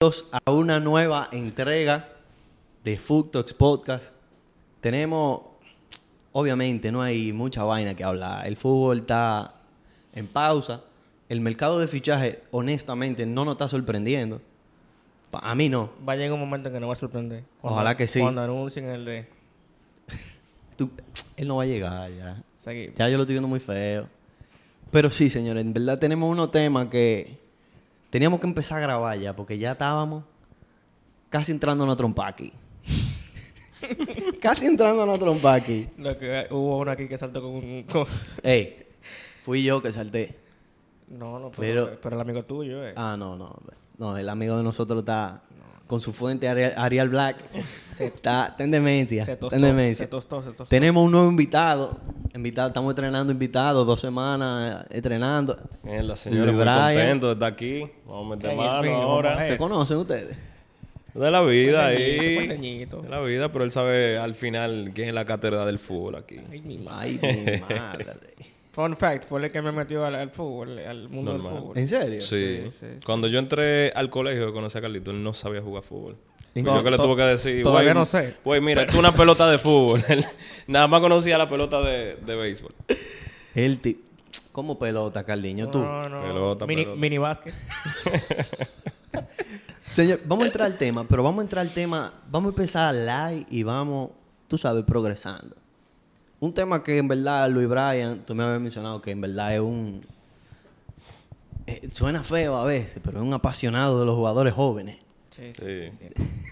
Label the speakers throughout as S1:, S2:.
S1: Bienvenidos a una nueva entrega de Food Talks Podcast. Tenemos, obviamente, no hay mucha vaina que hablar. El fútbol está en pausa. El mercado de fichaje, honestamente, no nos está sorprendiendo. Pa- A mí no.
S2: Va a llegar un momento que nos va a sorprender.
S1: Ojalá que sí.
S2: Cuando anuncien el de...
S1: Tú- él no va a llegar ya.
S2: o sea que-
S1: Ya yo lo estoy viendo muy feo. Pero sí, señores, en verdad tenemos unos temas que teníamos que empezar a grabar ya, porque ya estábamos casi entrando a una trompa aquí. casi entrando a una trompa aquí.
S2: lo que- hubo uno aquí que saltó con un... con-
S1: Ey, fui yo que salté.
S2: No, no, pero,
S1: Pero-
S2: pero, el amigo tuyo, eh.
S1: Ah, no, no. No, el amigo de nosotros está con su fuente Ariel, Ariel Black. Está, está en demencia.
S2: se
S1: Está
S2: tostó,
S1: en
S2: se
S1: demencia.
S2: tostó, se tostó.
S1: Tenemos un nuevo invitado. invitado estamos entrenando invitados, dos semanas eh, entrenando.
S3: Mierda, señores, muy
S1: Brian.
S3: contento de estar aquí. Vamos a meter
S2: Ay, el fin,
S3: mano
S2: vamos a
S3: ahora.
S2: ver.
S1: ¿Se conocen ustedes?
S3: De la vida
S2: Pequeñito,
S3: ahí.
S2: pequeñito.
S3: De la vida, pero él sabe al final quién es la cátedra del fútbol aquí.
S2: Ay, mi madre.
S1: Ay, mi madre.
S2: Fun fact, fue el que me metió al, al fútbol, al mundo del
S3: Normal.
S2: fútbol.
S1: ¿En serio?
S3: Sí.
S2: Sí, sí, sí.
S3: Cuando yo entré al colegio que conocí a Carlito, él no sabía jugar fútbol.
S1: ¿En
S3: Yo
S1: serio?
S3: que le
S2: To-
S3: tuve que decir,
S2: todavía
S3: "Güey,
S2: no sé".
S3: Güey, mira, esto es una pelota de fútbol. Él Nada más conocía la pelota de, de béisbol.
S1: El ti- ¿Cómo pelota, Carliño? Tú.
S2: No, no.
S3: Pelota,
S2: mini,
S3: pelota.
S2: mini básquet.
S1: Señor, vamos a entrar al tema, pero vamos a entrar al tema. Vamos a empezar live y vamos, tú sabes, progresando. Un tema que en verdad, Luis Bryan, tú me habías mencionado que en verdad es un. eh, suena feo a veces, pero es un apasionado de los jugadores jóvenes.
S2: Sí, sí, sí,
S3: Sí.
S2: sí.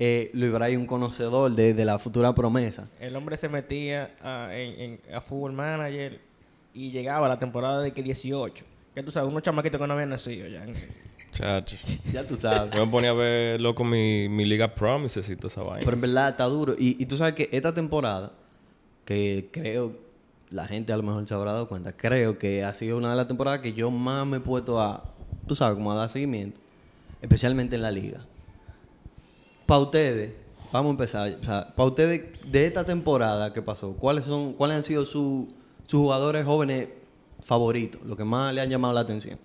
S1: Eh, Luis Bryan es un conocedor de, de la futura promesa.
S2: El hombre se metía a, en, en- a fútbol manager y llegaba a la temporada de que 18. Que tú sabes, unos chamaquitos que no habían nacido ya.
S3: Chacho.
S1: Ya tú sabes.
S3: Yo me ponía a ver, loco, mi, mi Liga Promises y toda esa vaina.
S1: Pero en verdad está duro. Y, y tú sabes que esta temporada, que creo, la gente a lo mejor se habrá dado cuenta, creo que ha sido una de las temporadas que yo más me he puesto a, tú sabes, como a dar seguimiento, especialmente en la liga. Para ustedes, vamos a empezar, para ustedes de esta temporada que pasó, ¿cuáles son cuáles han sido su- sus jugadores jóvenes favoritos, lo que más le han llamado la atención?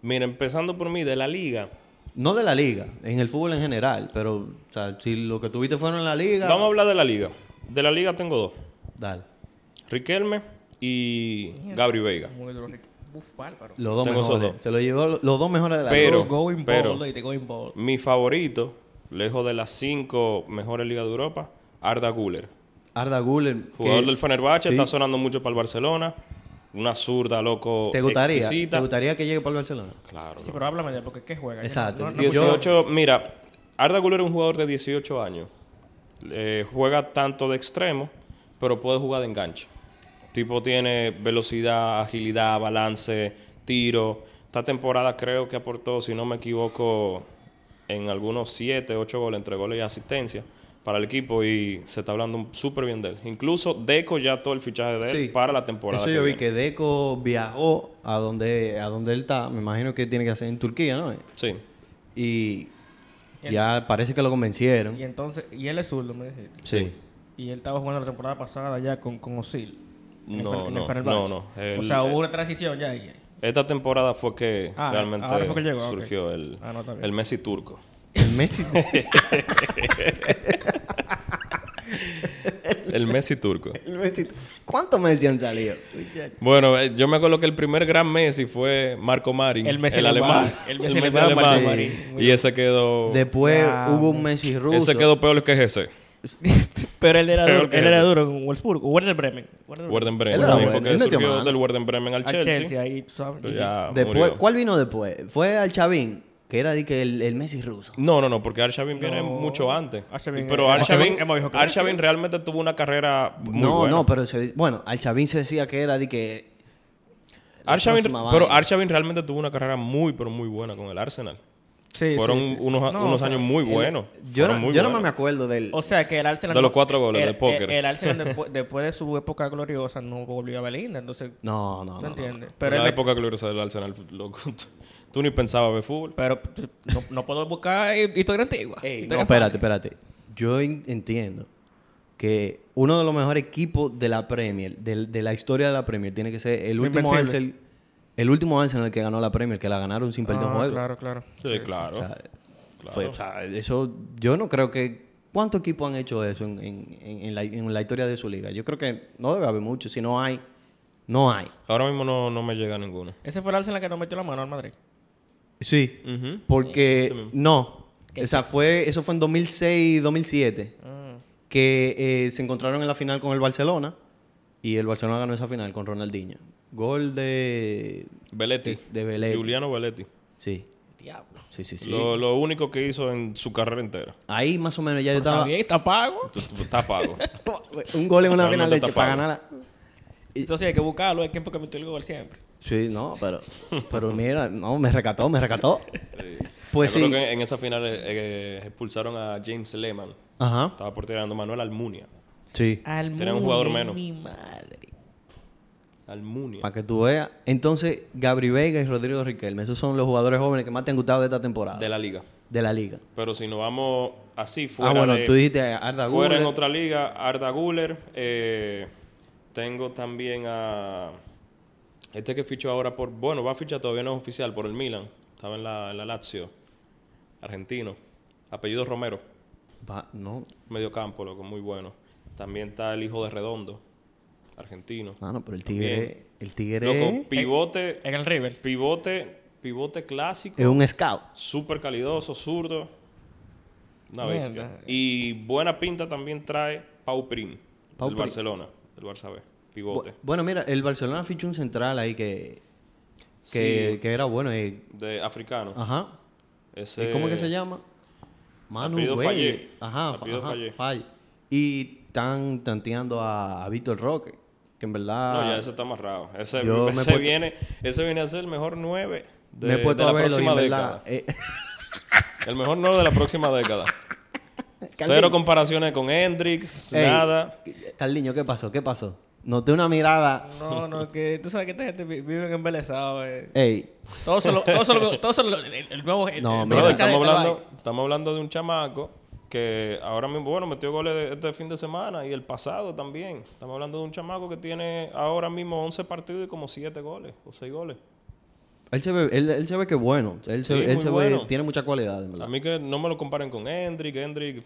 S3: Mira, empezando por mí, de la liga.
S1: No de la liga, en el fútbol en general, pero o sea, si lo que tuviste fueron en la liga,
S3: Vamos a hablar de la liga. De la liga tengo dos.
S1: dale.
S3: Riquelme y Gabri Veiga.
S2: Muy duro. Rick. Buf, bárbaro.
S1: Los dos
S3: Tengo esos
S1: mejores.
S3: dos.
S1: Se lo llevó lo- los dos mejores de la
S3: Pero-
S1: liga.
S2: Go- going
S3: pero-
S2: bold, te going bold.
S3: Mi favorito, lejos de las cinco mejores ligas de Europa, Arda Güler.
S1: Arda Güler. que-
S3: Jugador del Fenerbahce,
S1: sí.
S3: está sonando mucho para el Barcelona. Una zurda, loco,
S1: ¿Te gustaría?
S3: exquisita.
S1: ¿Te gustaría que llegue para el Barcelona?
S3: Claro.
S2: Sí, pero háblame ya, porque ¿qué juega? Yo no-
S1: Exacto.
S2: no- no-
S1: Diez-
S3: 18, mira, Arda Güler es un jugador de 18 años. Eh, juega tanto de extremo, pero puede jugar de enganche. Tipo tiene velocidad, agilidad, balance, tiro. Esta temporada creo que aportó, si no me equivoco, en algunos 7, 8 goles, entre goles y asistencia para el equipo y se está hablando súper bien de él. Incluso Deco ya todo el fichaje de él
S1: Sí.
S3: para la temporada.
S1: Eso
S3: que
S1: yo vi
S3: viene.
S1: que Deco viajó a donde, a donde él está. Me imagino que tiene que hacer en Turquía, ¿no?
S3: Sí.
S1: Y
S2: Y el-
S1: ya parece que lo convencieron.
S2: Y entonces, y él es zurdo, me dijiste.
S3: Sí.
S2: Y él estaba jugando la temporada pasada ya con, con Osil. En
S3: No,
S2: Fe- en el
S3: no,
S2: Fenerbahce.
S3: no, no.
S2: o
S3: El- eh,
S2: sea, hubo una transición ya. ahí.
S3: Esta temporada fue que
S2: Ah,
S3: realmente
S2: ahora fue que llegó, ah, ok.
S3: surgió el,
S2: Ah, no, está bien.
S3: el Messi turco.
S1: El Messi.
S3: El Messi turco.
S1: el Messi- ¿Cuántos Messi han salido?
S3: Bueno, eh, yo me acuerdo que el primer gran Messi fue Marco Marin,
S2: El
S3: el,
S2: Messi alemán.
S3: alemán.
S2: El Messi alemán, Marco Marín. Muy
S3: Y ese quedó,
S1: Después
S2: Ya,
S1: hubo un Messi ruso.
S3: Oh, ese quedó peor que ese.
S2: Pero él era
S3: Peor
S2: duro,
S3: que
S2: él era
S3: ese.
S2: duro con Wolfsburg. O Werder Bremen. Werder
S3: Werder
S1: Él
S3: Bremen.
S1: era
S3: Ahí
S1: bueno,
S3: fue que
S1: él no es
S3: surgió
S1: llamado.
S3: del Werder Bremen al
S2: Al Chelsea.
S3: Chelsea.
S2: ahí, tú sabes.
S3: Pero ya
S1: Después-
S3: murió.
S1: ¿Cuál vino después? Fue al Chavín, que era de que el, el Messi ruso.
S3: No, no, no, porque Arshavin viene
S2: No.
S3: mucho antes.
S2: Arshavin-
S3: pero Arshavin,
S2: Arshavin es más viejo que
S3: Arshavin realmente tuvo una carrera muy
S1: no,
S3: buena.
S1: no, pero se- bueno, al Chavín se decía que era de que. la
S3: Arshavin-
S1: próxima
S3: pero
S1: vaina.
S3: Arshavin realmente tuvo una carrera muy, pero muy buena con el Arsenal.
S2: Sí, sí,
S3: Fueron
S2: sí, sí.
S3: unos,
S2: No,
S3: unos
S2: o sea,
S3: años muy
S1: El-
S3: buenos.
S1: Yo,
S3: Fueron
S1: no,
S3: muy
S1: yo no
S3: buenos.
S1: me acuerdo del.
S2: O sea, que el Arsenal...
S3: De los cuatro goles
S2: el-
S3: del póker.
S2: El, el Arsenal después, después de su época gloriosa no volvió a Belinda. Entonces,
S1: no, no,
S2: no,
S1: no. no.
S2: entiendes.
S3: Pero
S2: Pero, él-
S3: en la época gloriosa del Arsenal, loco, tú, tú ni pensabas ver fútbol.
S2: pero tú- no, no puedo buscar hi- historia antigua.
S1: Ey, no,
S2: Historia
S1: espérate, espérate. Yo en- entiendo que uno de los mejores equipos de la Premier, del- de, la historia de la Premier, tiene que ser el último
S2: Invencible.
S1: Arsenal el último Arsenal en el que ganó la Premier, que la ganaron sin perder
S2: Ah,
S1: un juego.
S2: Claro, claro.
S3: Sí, claro.
S1: O sea, fue- o sea, eso yo no creo que... ¿Cuántos equipos han hecho eso en, en- en- en la, en la historia de su liga? Yo creo que no debe haber mucho. Si no hay, no hay.
S3: Ahora mismo no, no me llega ninguno.
S2: Ese fue el Arsenal que nos metió la mano al Madrid.
S1: Sí. Porque no. O sea, fue, eso fue en 2006 2007.
S2: Ah.
S1: Que eh, se encontraron en la final con el Barcelona. Y el Barcelona ganó esa final con Ronaldinho. Gol de.
S3: Belletti.
S1: De- de Belletti.
S3: Juliano Belletti.
S1: Sí,
S2: Diablo.
S1: sí, sí. sí.
S3: Lo, lo único que hizo en su carrera entera.
S1: Ahí más o menos ya yo
S2: Está
S1: estaba.
S2: bien, está pago.
S3: Tú- tú- Está pago.
S1: Un gol en una
S3: Totalmente
S1: final de para
S3: tapado.
S1: ganar.
S2: Entonces hay que buscarlo, es tiempo que metió el gol siempre.
S1: Sí, no, pero. Pero mira, no, me recató, me recató. Pues
S3: Me acuerdo
S1: sí.
S3: que en esa final eh, eh, expulsaron a James Lehman.
S1: Ajá.
S3: Estaba porterando Manuel Almunia.
S1: Sí.
S2: Al
S3: Tenía un jugador menos.
S2: Mi madre.
S3: Almunia.
S1: Para que tú veas. Entonces, Gabri Vega y Rodrigo Riquelme, esos son los jugadores jóvenes que más te han gustado de esta temporada.
S3: De la liga.
S1: de la liga.
S3: Pero si nos vamos así, fuera
S1: Ah, bueno,
S3: de-
S1: tú dijiste Arda
S3: Fuera
S1: Güler.
S3: en otra liga, Arda Guller. tengo también a. Este que fichó ahora por. Bueno, va a fichar, todavía no es oficial, por el Milan. Estaba en la, en la Lazio. Argentino. Apellido Romero.
S1: Va- no,
S3: Medio campo, loco, muy bueno. También está el hijo de Redondo. Argentino.
S1: ah, no, pero el tigre,
S3: También.
S1: el tigre
S3: Loco, pivote.
S2: En el River.
S3: Pivote. Pivote clásico.
S1: es un scout.
S3: Súper calidoso, zurdo. Una bestia.
S2: Mierda.
S3: Y buena pinta también trae Pau Prim.
S1: Pau
S3: del
S1: Prim.
S3: Barcelona. Del Barça B. Pivote.
S1: Bu- Bueno, mira, el Barcelona fichó un central ahí que, que,
S3: Sí.
S1: que era bueno. eh,
S3: De africano.
S1: ajá. Eh,
S3: Ese-
S1: ¿Cómo que se llama? Manu
S3: Apellido
S1: Güell.
S3: Fallé.
S1: Ajá, fa-
S3: Apellido
S1: ajá,
S3: Fallé.
S1: Fallé. Y están tanteando a, a Víctor Roque, que en verdad...
S3: No, ya ese está amarrado. Ese,
S1: Yo me he
S3: ese
S1: puesto-
S3: viene, ese viene a ser el mejor 9 de,
S1: me he puesto
S3: de
S1: a
S3: la
S1: verlo y
S3: próxima
S1: en verdad...
S3: década.
S1: eh,
S3: El mejor 9 de la próxima década. Cero
S1: Calvin.
S3: comparaciones con Hendrick,
S1: Ey,
S3: nada.
S1: eh, Carliño, ¿qué pasó? ¿Qué pasó? Noté una mirada.
S2: No, no, que tú sabes que esta gente vi- vive embelesado. Eh.
S1: Ey,
S2: Todos solo, todos solo, todos solo, el, el nuevo. El,
S1: No,
S2: el
S1: mira,
S2: nuevo
S3: Brother,
S2: Chávez
S3: estamos,
S2: estaba
S3: hablando,
S2: ahí.
S3: estamos hablando de un chamaco que ahora mismo, bueno, metió goles de- este fin de semana y el pasado también. Estamos hablando de un chamaco que tiene ahora mismo 11 partidos y como 7 goles o 6 goles.
S1: él se ve, él, él se ve que es bueno. Él se,
S3: Sí,
S1: él
S3: muy
S1: se ve-
S3: bueno.
S1: tiene mucha cualidad, en
S3: A
S2: Ah,
S1: verdad.
S3: mí que no me lo comparen con Hendrick. Hendrick,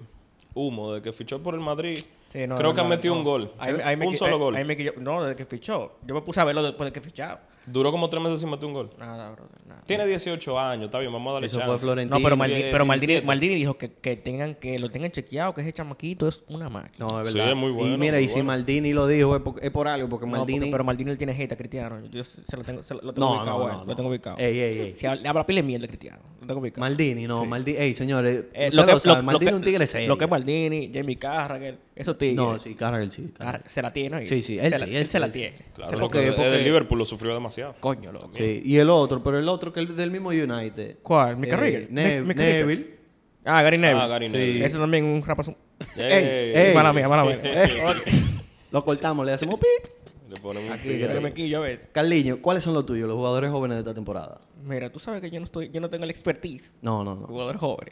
S3: humo, de que fichó por el Madrid.
S2: Sí, no,
S3: creo
S2: no,
S3: que ha
S2: no,
S3: metido
S2: no.
S3: un gol.
S2: Ahí me- ahí me
S3: un
S2: qui-
S3: solo
S2: ahí-
S3: gol.
S2: ahí me qui- no, desde que fichó. Yo me puse a verlo después de que fichaba.
S3: Duró como 3 meses sin meter un gol.
S2: Nada, bro. Nada.
S3: Tiene 18 años, está bien, vamos a darle
S1: Eso
S3: chance.
S1: fue Florentino.
S2: No, pero, Maldini,
S3: eh,
S2: pero Maldini,
S3: 17.
S2: Maldini dijo que, que tengan que lo tengan chequeado, que ese chamaquito es una máquina.
S1: No, es
S3: Sí,
S1: verdad.
S3: es muy
S1: y
S3: bueno,
S1: mira,
S3: muy
S1: y si
S3: bueno.
S1: Maldini lo dijo, es por, es por algo, porque
S2: No, porque-
S1: Maldini.
S2: pero Maldini tiene hate a Cristiano. Yo se se lo tengo, se lo- lo tengo
S1: No,
S2: ubicado.
S1: no,
S2: eh.
S1: no,
S2: Lo
S1: no.
S2: tengo ubicado.
S1: Ey, ey, ey.
S2: Si habla, le habla pile mierda a Cristiano. Lo tengo ubicado.
S1: Maldini, no, Maldini. Ey, señores,
S2: Eh,
S1: ustedes lo
S2: que-
S1: saben,
S2: que-
S1: Maldini
S2: que-
S1: es un tigre serio.
S2: Lo que es Maldini, Jamie Carragher, esos tigres.
S1: No, sí, Carragher sí.
S2: Carragher, se la tiene. ¿oíste?
S1: Sí, sí, él
S2: se
S1: sí,
S2: la,
S1: él
S2: se la
S1: sí, él
S2: tiene.
S1: sí.
S3: Claro,
S1: Sí,
S3: loco,
S1: porque-
S3: el-
S1: porque-
S3: el Liverpool lo sufrió demasiado.
S2: Coño, loco.
S1: Sí, y el otro, pero el otro que es del mismo United. Eh,
S2: ¿Cuál? ¿Mick Carragher?
S1: Ne-
S2: Mick- Mick
S1: Neville.
S2: Ah, Gary Neville.
S3: Ah, Gary
S1: Sí.
S3: Neville.
S2: Ese también es un rapazón.
S1: Ey,
S3: Ey,
S1: ey.
S2: Mala mía, mala mía.
S1: Eh, Lo cortamos, le hacemos pip.
S3: Le ponen un
S1: que
S3: pie
S2: Yo
S3: ahí.
S2: me quillo a veces.
S1: Carliño, ¿cuáles son los tuyos, los jugadores jóvenes de esta temporada?
S2: Mira, tú sabes que yo no estoy, yo no tengo el expertise,
S1: No, no, no.
S2: jugador joven.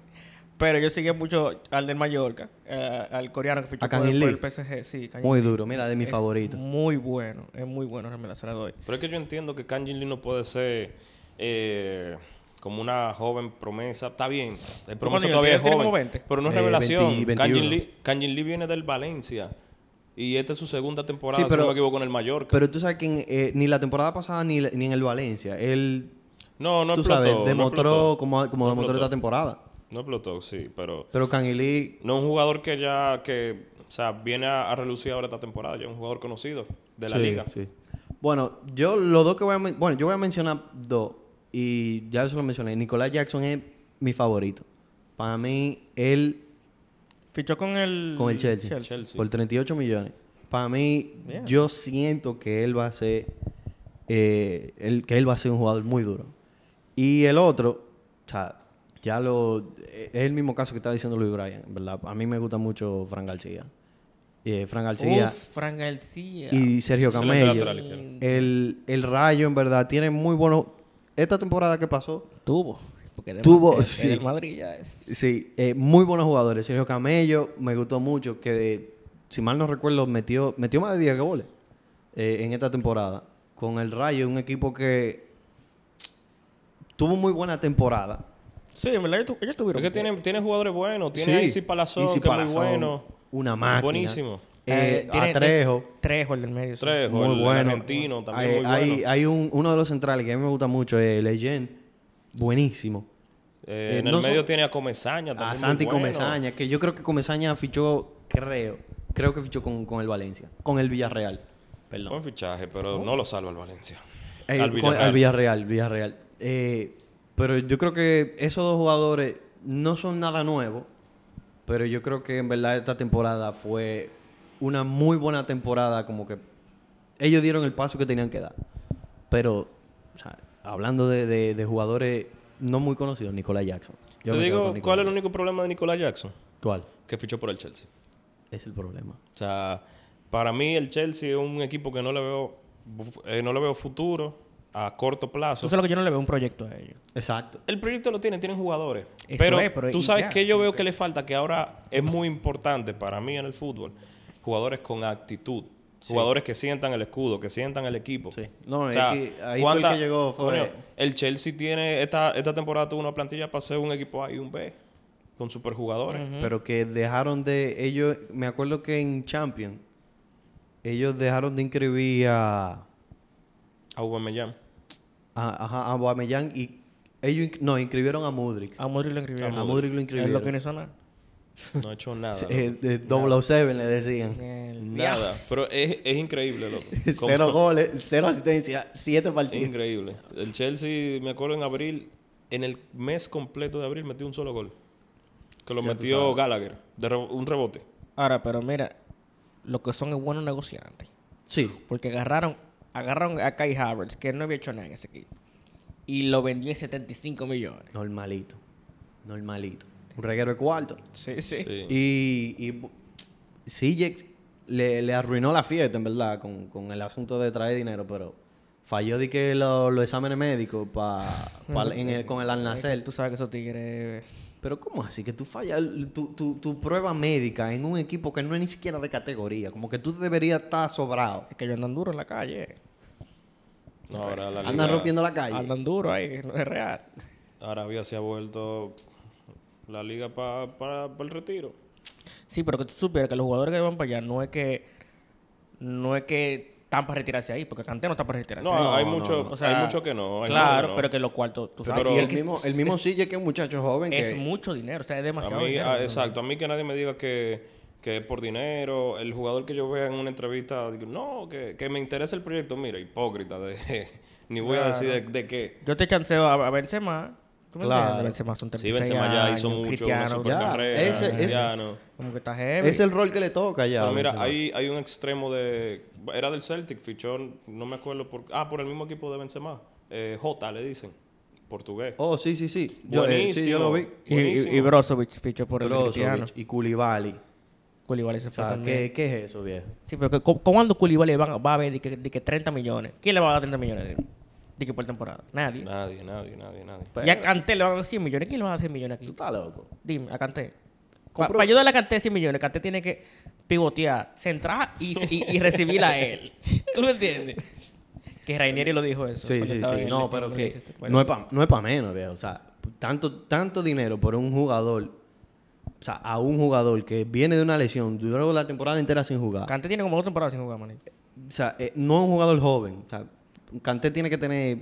S2: Pero yo seguía mucho al del Mallorca, eh, al coreano que
S1: A
S2: fichó por,
S1: Kangin
S2: por
S1: Lee.
S2: el PSG, sí, Kangin
S1: Muy
S2: Lee.
S1: duro, mira, de mis
S2: Es
S1: favoritos.
S2: Muy bueno, es muy bueno, me la se la doy.
S3: Pero es que yo entiendo que Kanji Lee no puede ser eh, como una joven promesa. Está bien, el promesa
S2: niño?
S3: todavía es
S2: Tiene como
S3: joven.
S2: 20.
S3: Pero no es
S1: Eh,
S3: revelación.
S1: 20,
S3: Kanji
S1: 21.
S3: Lee, Kanji Lee viene del Valencia. Y esta es su segunda temporada,
S1: Sí, pero-
S3: si no me equivoco, en el Mallorca.
S1: Pero tú sabes que en, eh, ni la temporada pasada ni, ni en el Valencia, él,
S3: no, no
S1: tú
S3: explotó.
S1: sabes,
S3: no
S1: demostró
S3: explotó.
S1: como, como
S3: No
S1: demostró
S3: explotó.
S1: esta temporada.
S3: No explotó, sí, pero...
S1: Pero Canguilí,
S3: No es un jugador que ya, que, o sea, viene a, a relucir ahora esta temporada. Ya es un jugador conocido de la
S1: sí,
S3: liga.
S1: sí. Bueno, yo los dos que voy a men- bueno, yo voy a mencionar dos y ya eso lo mencioné. Nicolás Jackson es mi favorito. Para mí él
S2: Fichó con Mm, el
S1: con el Chelsea,
S3: Chelsea.
S1: por 38 millones. Para mí
S2: Bien.
S1: yo siento que él va a ser eh, él- que él va a ser un jugador muy duro. Y el otro, o sea, ya lo eh, es el mismo caso que está diciendo Luis Bryan, en ¿verdad? A mí me gusta mucho Fran García. Eh, Fran García
S2: Uf, Fran García.
S1: y Sergio
S3: Excelente
S1: Camello.
S3: lateral izquierdo.
S1: El, el Rayo, en verdad, tiene muy buenos... Esta temporada que pasó,
S2: Tuvo. Porque de
S1: Tuvo,
S2: es- es
S1: sí.
S2: del Madrid ya es.
S1: sí, eh, muy buenos jugadores. Sergio Camello me gustó mucho, que de- si mal no recuerdo, metió, metió más de 10 goles eh, en esta temporada. Con el Rayo, un equipo que tuvo muy buena temporada.
S2: Sí, en verdad, ellos tu- ellos tuvieron.
S3: Es que tiene, tiene jugadores buenos. Tiene a Izzy Palazón,
S1: Izzy
S3: que es muy
S1: Palazón,
S3: bueno.
S1: Una máquina.
S3: Buenísimo.
S1: Eh,
S2: Eh, tiene-
S1: a Trejo.
S2: Trejo, el del medio. sí.
S3: Trejo,
S1: Muy
S3: el
S1: bueno.
S3: argentino, también
S1: Hay,
S3: muy
S1: hay-
S3: bueno.
S1: hay un- uno de los centrales que a mí me gusta mucho, eh, Leyen. Buenísimo.
S3: Eh,
S1: eh,
S3: en
S1: no
S3: el
S1: son-
S3: medio tiene a Comezaña también.
S1: a
S3: muy
S1: Santi
S3: bueno.
S1: Comesaña, que yo creo que Comesaña fichó, creo, creo que fichó con, con el Valencia, con el Villarreal. Perdón.
S3: Buen fichaje, pero no lo salva el Valencia.
S1: Eh,
S3: al
S1: con-
S3: Villarreal.
S1: al Villarreal, Villarreal. Eh, pero yo creo que esos dos jugadores no son nada nuevo, pero yo creo que en verdad esta temporada fue una muy buena temporada, como que ellos dieron el paso que tenían que dar. Pero, o sea, hablando de, de- de jugadores no muy conocidos, Nicolás Jackson. Yo
S3: Te
S1: me quedo
S3: digo,
S1: con Nicolás
S3: ¿cuál es el
S1: Jackson.
S3: único problema de Nicolás Jackson?
S1: ¿Cuál?
S3: Que fichó por el Chelsea.
S1: Es el problema.
S3: O sea, para mí el Chelsea es un equipo que no le veo, eh, no le veo futuro a corto plazo.
S2: Eso es lo que yo no le veo un proyecto a ellos.
S1: Exacto.
S3: El proyecto lo tienen, tienen jugadores.
S2: Eso
S3: Pero,
S2: es, pero
S3: tú
S2: y
S3: sabes
S2: ya,
S3: que yo veo
S2: ok.
S3: que le falta, que ahora es muy importante para mí en el fútbol, jugadores con actitud. Jugadores que sientan el escudo, que sientan el equipo.
S1: Sí. No, es que ahí fue el
S3: ¿cuánta-
S1: que llegó, fue-
S3: el Chelsea tiene, esta, esta temporada tuvo una plantilla para ser un equipo A y un B, con superjugadores.
S1: pero que dejaron de ellos me acuerdo que en Champions ellos dejaron de inscribir a
S3: A Aubameyang.
S1: a, ajá, a Aubameyang y ellos inc- no inscribieron a Mudrik
S2: A Modric lo inscribieron.
S1: A Modric lo
S2: Es lo
S1: inscribieron.
S2: que no hizo nada.
S3: No ha hecho nada.
S1: Sí,
S3: loco.
S1: eh, de 007 le decían
S2: El
S3: Nada. Pero es, es increíble, loco. Cómo-
S1: cero goles cero asistencia siete
S3: Es
S1: partidos
S3: increíble. El Chelsea, me acuerdo en abril, en el mes completo de abril metió un solo gol. Que lo metió Gallagher, de re- un rebote.
S2: Ahora, pero mira, lo que son es buenos negociantes.
S1: sí
S2: Porque agarraron, agarraron a Kai Havertz, que no había hecho nada en ese equipo. Y lo vendí en 75 millones.
S1: normalito normalito un reguero de cuarto
S2: Sí, sí.
S3: Sí.
S1: Eh, y y bu- sí Jack le, le arruinó la fiesta en verdad con, con el asunto de traer dinero pero falló de que lo- los exámenes médicos pa, pa-
S2: Mm.
S1: en el- con el al nacer
S2: Tú sabes que esos tigres...
S1: Pero ¿cómo así? Que tú fallas el- tu, tu- tu prueba médica en un equipo que no es ni siquiera de categoría. Como que tú deberías estar sobrado.
S2: Es que ellos andan duro en la calle.
S3: No, ahora la
S1: Andan
S3: liga-
S1: rompiendo la calle.
S2: Andan duro ahí, que no es real.
S3: Arabia se ha vuelto pff, la liga para el retiro.
S2: Sí, pero que tú supieras que los jugadores que van para allá no es que... No es que están para retirarse ahí, porque Kanté no está para retirarse
S3: No,
S2: ahí.
S3: hay
S1: no,
S3: mucho,
S1: no.
S2: O sea,
S3: hay mucho que no. hay mucho
S2: claro,
S3: que no.
S2: pero que los cuartos... Tú sabes,
S1: y
S3: Pero-
S2: y
S1: el
S2: es que
S1: mismo, el mismo Sille que es un muchacho joven
S2: es
S1: que...
S2: mucho dinero, o sea, es
S3: A
S2: demasiado
S3: mí,
S2: dinero.
S3: ah,
S2: ¿no?
S3: exacto, a mí que nadie me diga que, que es por dinero. El jugador que yo vea en una entrevista, digo, no, que, que me interesa el proyecto. Mira, hipócrita, de, ni voy a
S2: Claro.
S3: decir de, de qué.
S2: Yo te chanceo a, a Benzema. ¿Tú me
S1: Claro.
S2: entiendes? Benzema son 36
S3: Sí, Benzema ya hizo
S2: años,
S3: mucho, una
S2: Cristiano,
S3: supercarrera.
S1: Ya, ese- ese-
S3: Cristiano.
S2: Como que está heavy.
S1: Es el rol que le toca ya.
S3: Pero mira,
S1: Benzema.
S3: hay, hay un extremo de... Era del Celtic, fichó, no me acuerdo por... Ah, por el mismo equipo de Benzema. Eh, J, le dicen. Portugués.
S1: Oh, sí, sí, sí. Yo, eh, sí, yo lo vi.
S2: Y, y, y Brozovic fichó por el
S1: Brozovic
S2: Cristiano.
S1: y Koulibaly.
S2: Koulibaly se
S1: O
S2: fue
S1: sea,
S2: también.
S1: ¿qué, qué es eso, viejo?
S2: Sí, pero que- ¿cómo- ¿cuándo Koulibaly va, va a ver de que, de que 30 millones? ¿Quién le va a dar 30 millones de, de que por temporada? Nadie.
S3: Nadie, nadie, nadie, nadie.
S2: Y a
S1: Pero-
S2: Canté le van a dar 100 millones. ¿Quién le va a dar 100 millones
S1: Tú
S2: aquí?
S1: estás loco.
S2: Dime, a Canté. Para
S1: Compro-
S2: ayudarle a Canté 100 millones, Canté tiene que pivotear, centrar y, y, y recibir a él. ¿Tú lo entiendes? Que Rainieri lo dijo eso.
S1: Sí,
S2: cuando
S1: sí,
S2: estaba
S1: sí.
S2: en-
S1: No,
S2: en-
S1: pero
S2: en-
S1: que
S2: existe. Bueno.
S1: no es para no es pa menos, viejo. O sea, tanto, tanto dinero por un jugador. O sea, a un jugador que viene de una lesión, duró la temporada entera sin jugar.
S2: Kanté tiene como dos temporadas sin jugar, manito.
S1: O sea, eh, no es un jugador joven. O sea, Kanté tiene que tener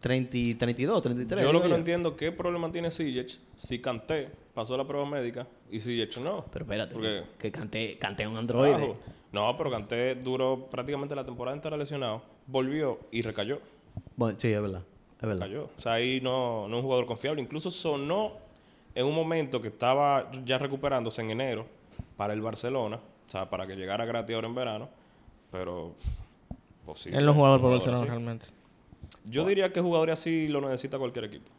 S1: 30, y- 32, 33.
S3: Yo lo que
S1: digo
S3: no entiendo, ¿qué problema tiene Sijic si Canté pasó la prueba médica y Sijic no?
S1: Pero espérate,
S3: Porque-
S1: que Kanté, Kanté es un androide.
S3: Abajo. No, pero Canté duró prácticamente la temporada entera lesionado, volvió y recayó.
S1: Bueno, sí, es verdad. Es verdad.
S3: Recayó. O sea, ahí no, no es un jugador confiable. Incluso sonó en un momento que estaba ya recuperándose en enero para el Barcelona, o sea, para que llegara gratis ahora en verano, pero pff, posible.
S2: Él no es jugador por
S3: Jugador
S2: Barcelona
S3: así.
S2: realmente.
S3: Yo diría que jugadores así lo necesita cualquier equipo.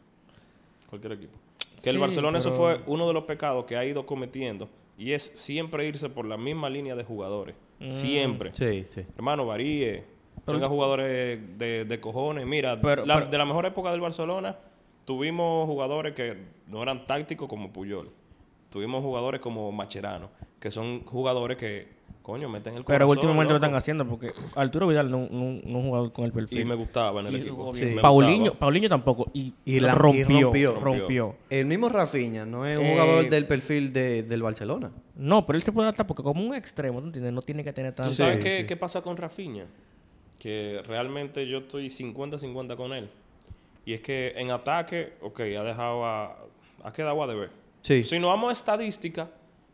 S3: Cualquier equipo. Que el
S2: Sí,
S3: Barcelona eso
S2: pero-
S3: fue uno de los pecados que ha ido cometiendo y es siempre irse por la misma línea de jugadores.
S2: Mm,
S3: Siempre.
S1: Sí, sí.
S3: Hermano, varíe. Tenga jugadores de, de cojones. Mira,
S2: Pero-
S3: la-
S2: pero-
S3: de la mejor época del Barcelona, tuvimos jugadores que no eran tácticos como Puyol. Tuvimos jugadores como Macherano, que son jugadores que Coño, meten el
S2: Pero
S3: corazón,
S2: últimamente lo
S3: loco.
S2: están haciendo porque Arturo Vidal no, no, no ha jugado con el perfil.
S3: Y me gustaba en el
S2: Y
S3: equipo.
S1: bien.
S2: jugó
S3: Me
S1: Sí.
S3: gustaba.
S2: Paulinho, Paulinho tampoco. Y,
S1: Y
S2: la
S1: la- y
S2: rompió, rompió,
S1: rompió.
S2: rompió.
S1: El mismo Rafinha no es un
S2: Eh,
S1: jugador del perfil de- del Barcelona.
S2: No, pero él se puede adaptar porque como un extremo, ¿tú entiendes? No tiene que tener tanto...
S3: ¿Tú sabes
S1: Sí,
S3: qué,
S1: sí.
S3: qué pasa con Rafinha? Que realmente yo estoy 50-50 con él. Y es que en ataque, ok, ha dejado a... Ha quedado a deber.
S1: Sí.
S3: Si nos vamos a estadística,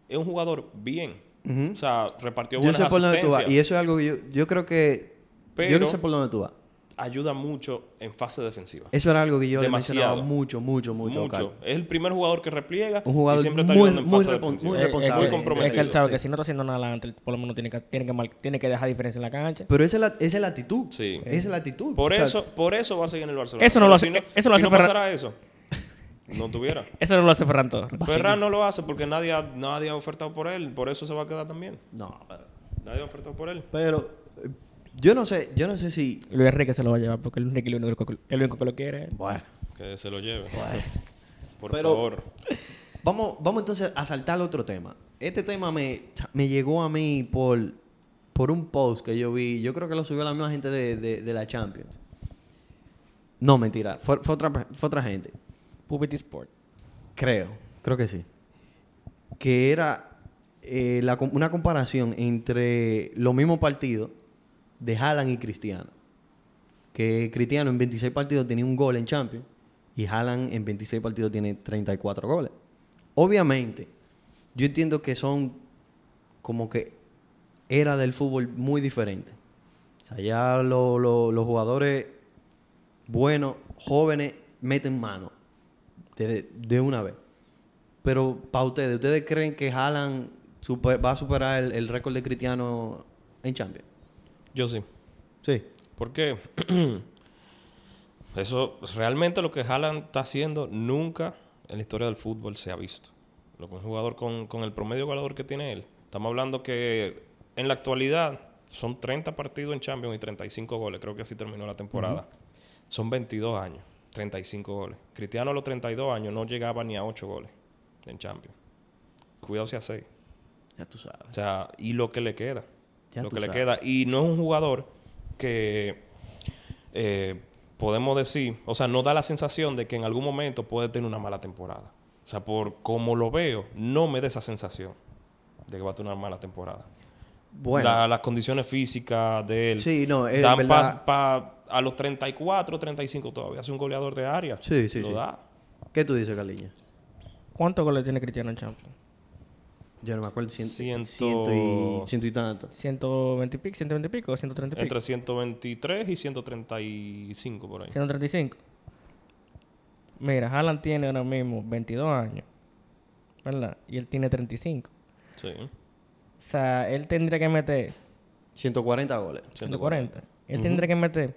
S3: es un jugador bien. O sea, repartió
S1: Yo
S3: buenas
S1: sé por dónde tú vas.
S3: asistencias.
S1: Y eso es algo que yo, yo creo que... Yo
S3: Pero-
S1: no sé por dónde tú vas.
S3: Ayuda mucho en fase defensiva.
S1: Eso era algo que yo
S3: Demasiado.
S1: le mencionaba mucho, mucho, mucho. a
S3: mucho.
S1: Ocaña.
S3: Es el primer jugador que repliega
S1: Un jugador
S3: y siempre está
S1: muy-
S3: ayudando en
S1: muy
S3: fase
S1: respon-
S3: defensiva.
S1: muy
S2: Eh, eh,
S1: responsable.
S3: muy
S2: que-
S3: comprometido.
S2: Es que él sabe que
S1: Sí.
S2: si no está haciendo nada adelante, por lo menos tiene que, tiene que, mar- tiene que dejar diferencia en la cancha.
S1: Pero esa es la, esa es la actitud.
S3: Sí.
S1: Esa es la actitud.
S3: Por
S1: O sea,
S3: eso, por eso va a seguir en el Barcelona.
S2: Eso no lo
S3: Pero
S2: hace-
S3: Si no,
S2: eso lo
S3: si
S2: hace
S3: no
S2: Ferran-
S3: pasara eso, no tuviera.
S2: Eso no lo hace Ferran Torres.
S3: Ferran no lo hace porque nadie ha, nadie ha ofertado por él. Por eso se va a quedar también.
S1: No, pero...
S3: Nadie ha ofertado por él.
S1: Pero eh, yo no sé, yo no sé si...
S2: Luis Enrique se lo va a llevar porque Luis Enrique es el único, que- el único que lo quiere.
S1: Bueno.
S3: Que se lo lleve. Por
S1: Pero-
S3: favor.
S1: Vamos, vamos entonces a saltar al otro tema. Este tema me, me llegó a mí por, por un post que yo vi. Yo creo que lo subió la misma gente de, de- de la Champions. No, mentira. Fue, fue otra, fue otra gente.
S2: Puppet Sport.
S1: Creo. Creo que sí. Que era eh, la com- una comparación entre los mismos partidos de Haaland y Cristiano. Que Cristiano en 26 partidos tenía un gol en Champions y Haaland en 26 partidos tiene 34 goles. Obviamente, yo entiendo que son como que era del fútbol muy diferente. O sea, ya lo- lo- los jugadores buenos, jóvenes, meten mano de, de una vez. Pero para ustedes, ¿ustedes creen que Haaland super- va a superar el, el récord de Cristiano en Champions?
S3: Yo sí.
S1: Sí.
S3: Porque eso realmente lo que Haaland está haciendo nunca en la historia del fútbol se ha visto. Lo que un jugador con, con el promedio goleador que tiene él. Estamos hablando que en la actualidad son 30 partidos en Champions y 35 goles. Creo que así terminó la temporada. Son 22 años, 35 goles. Cristiano a los 32 años no llegaba ni a 8 goles en Champions. Cuidado si a 6.
S1: Ya tú sabes.
S3: O sea, y lo que le queda.
S1: Ya
S3: lo
S1: tú
S3: que le
S1: sabes.
S3: queda. Y no es un jugador que eh, podemos decir, o sea, no da la sensación de que en algún momento puede tener una mala temporada. O sea, por como lo veo, no me da esa sensación de que va a tener una mala temporada.
S1: Bueno,
S3: La- las condiciones físicas de él
S1: Sí, no, es
S3: dan
S1: verdad.
S3: pa- pa- a los 34, 35 todavía. Es un goleador de área.
S1: Sí, sí,
S3: Lo
S1: sí.
S3: da.
S1: ¿qué tú dices, Caliña?
S2: ¿Cuántos goles tiene Cristiano en Champions?
S1: Yo no me acuerdo. Ciento,
S3: Ciento-
S1: ciento y, ciento y tanto.
S2: ¿120 y pico? ¿120 y pico? ¿130 y pico?
S3: Entre 123 y 135 por ahí.
S2: 135. Mira, Haaland tiene ahora mismo 22 años, ¿verdad? Y él tiene 35.
S3: Sí.
S2: O sea, él tendría que meter
S1: 140 goles.
S2: 140. Él tendría que meter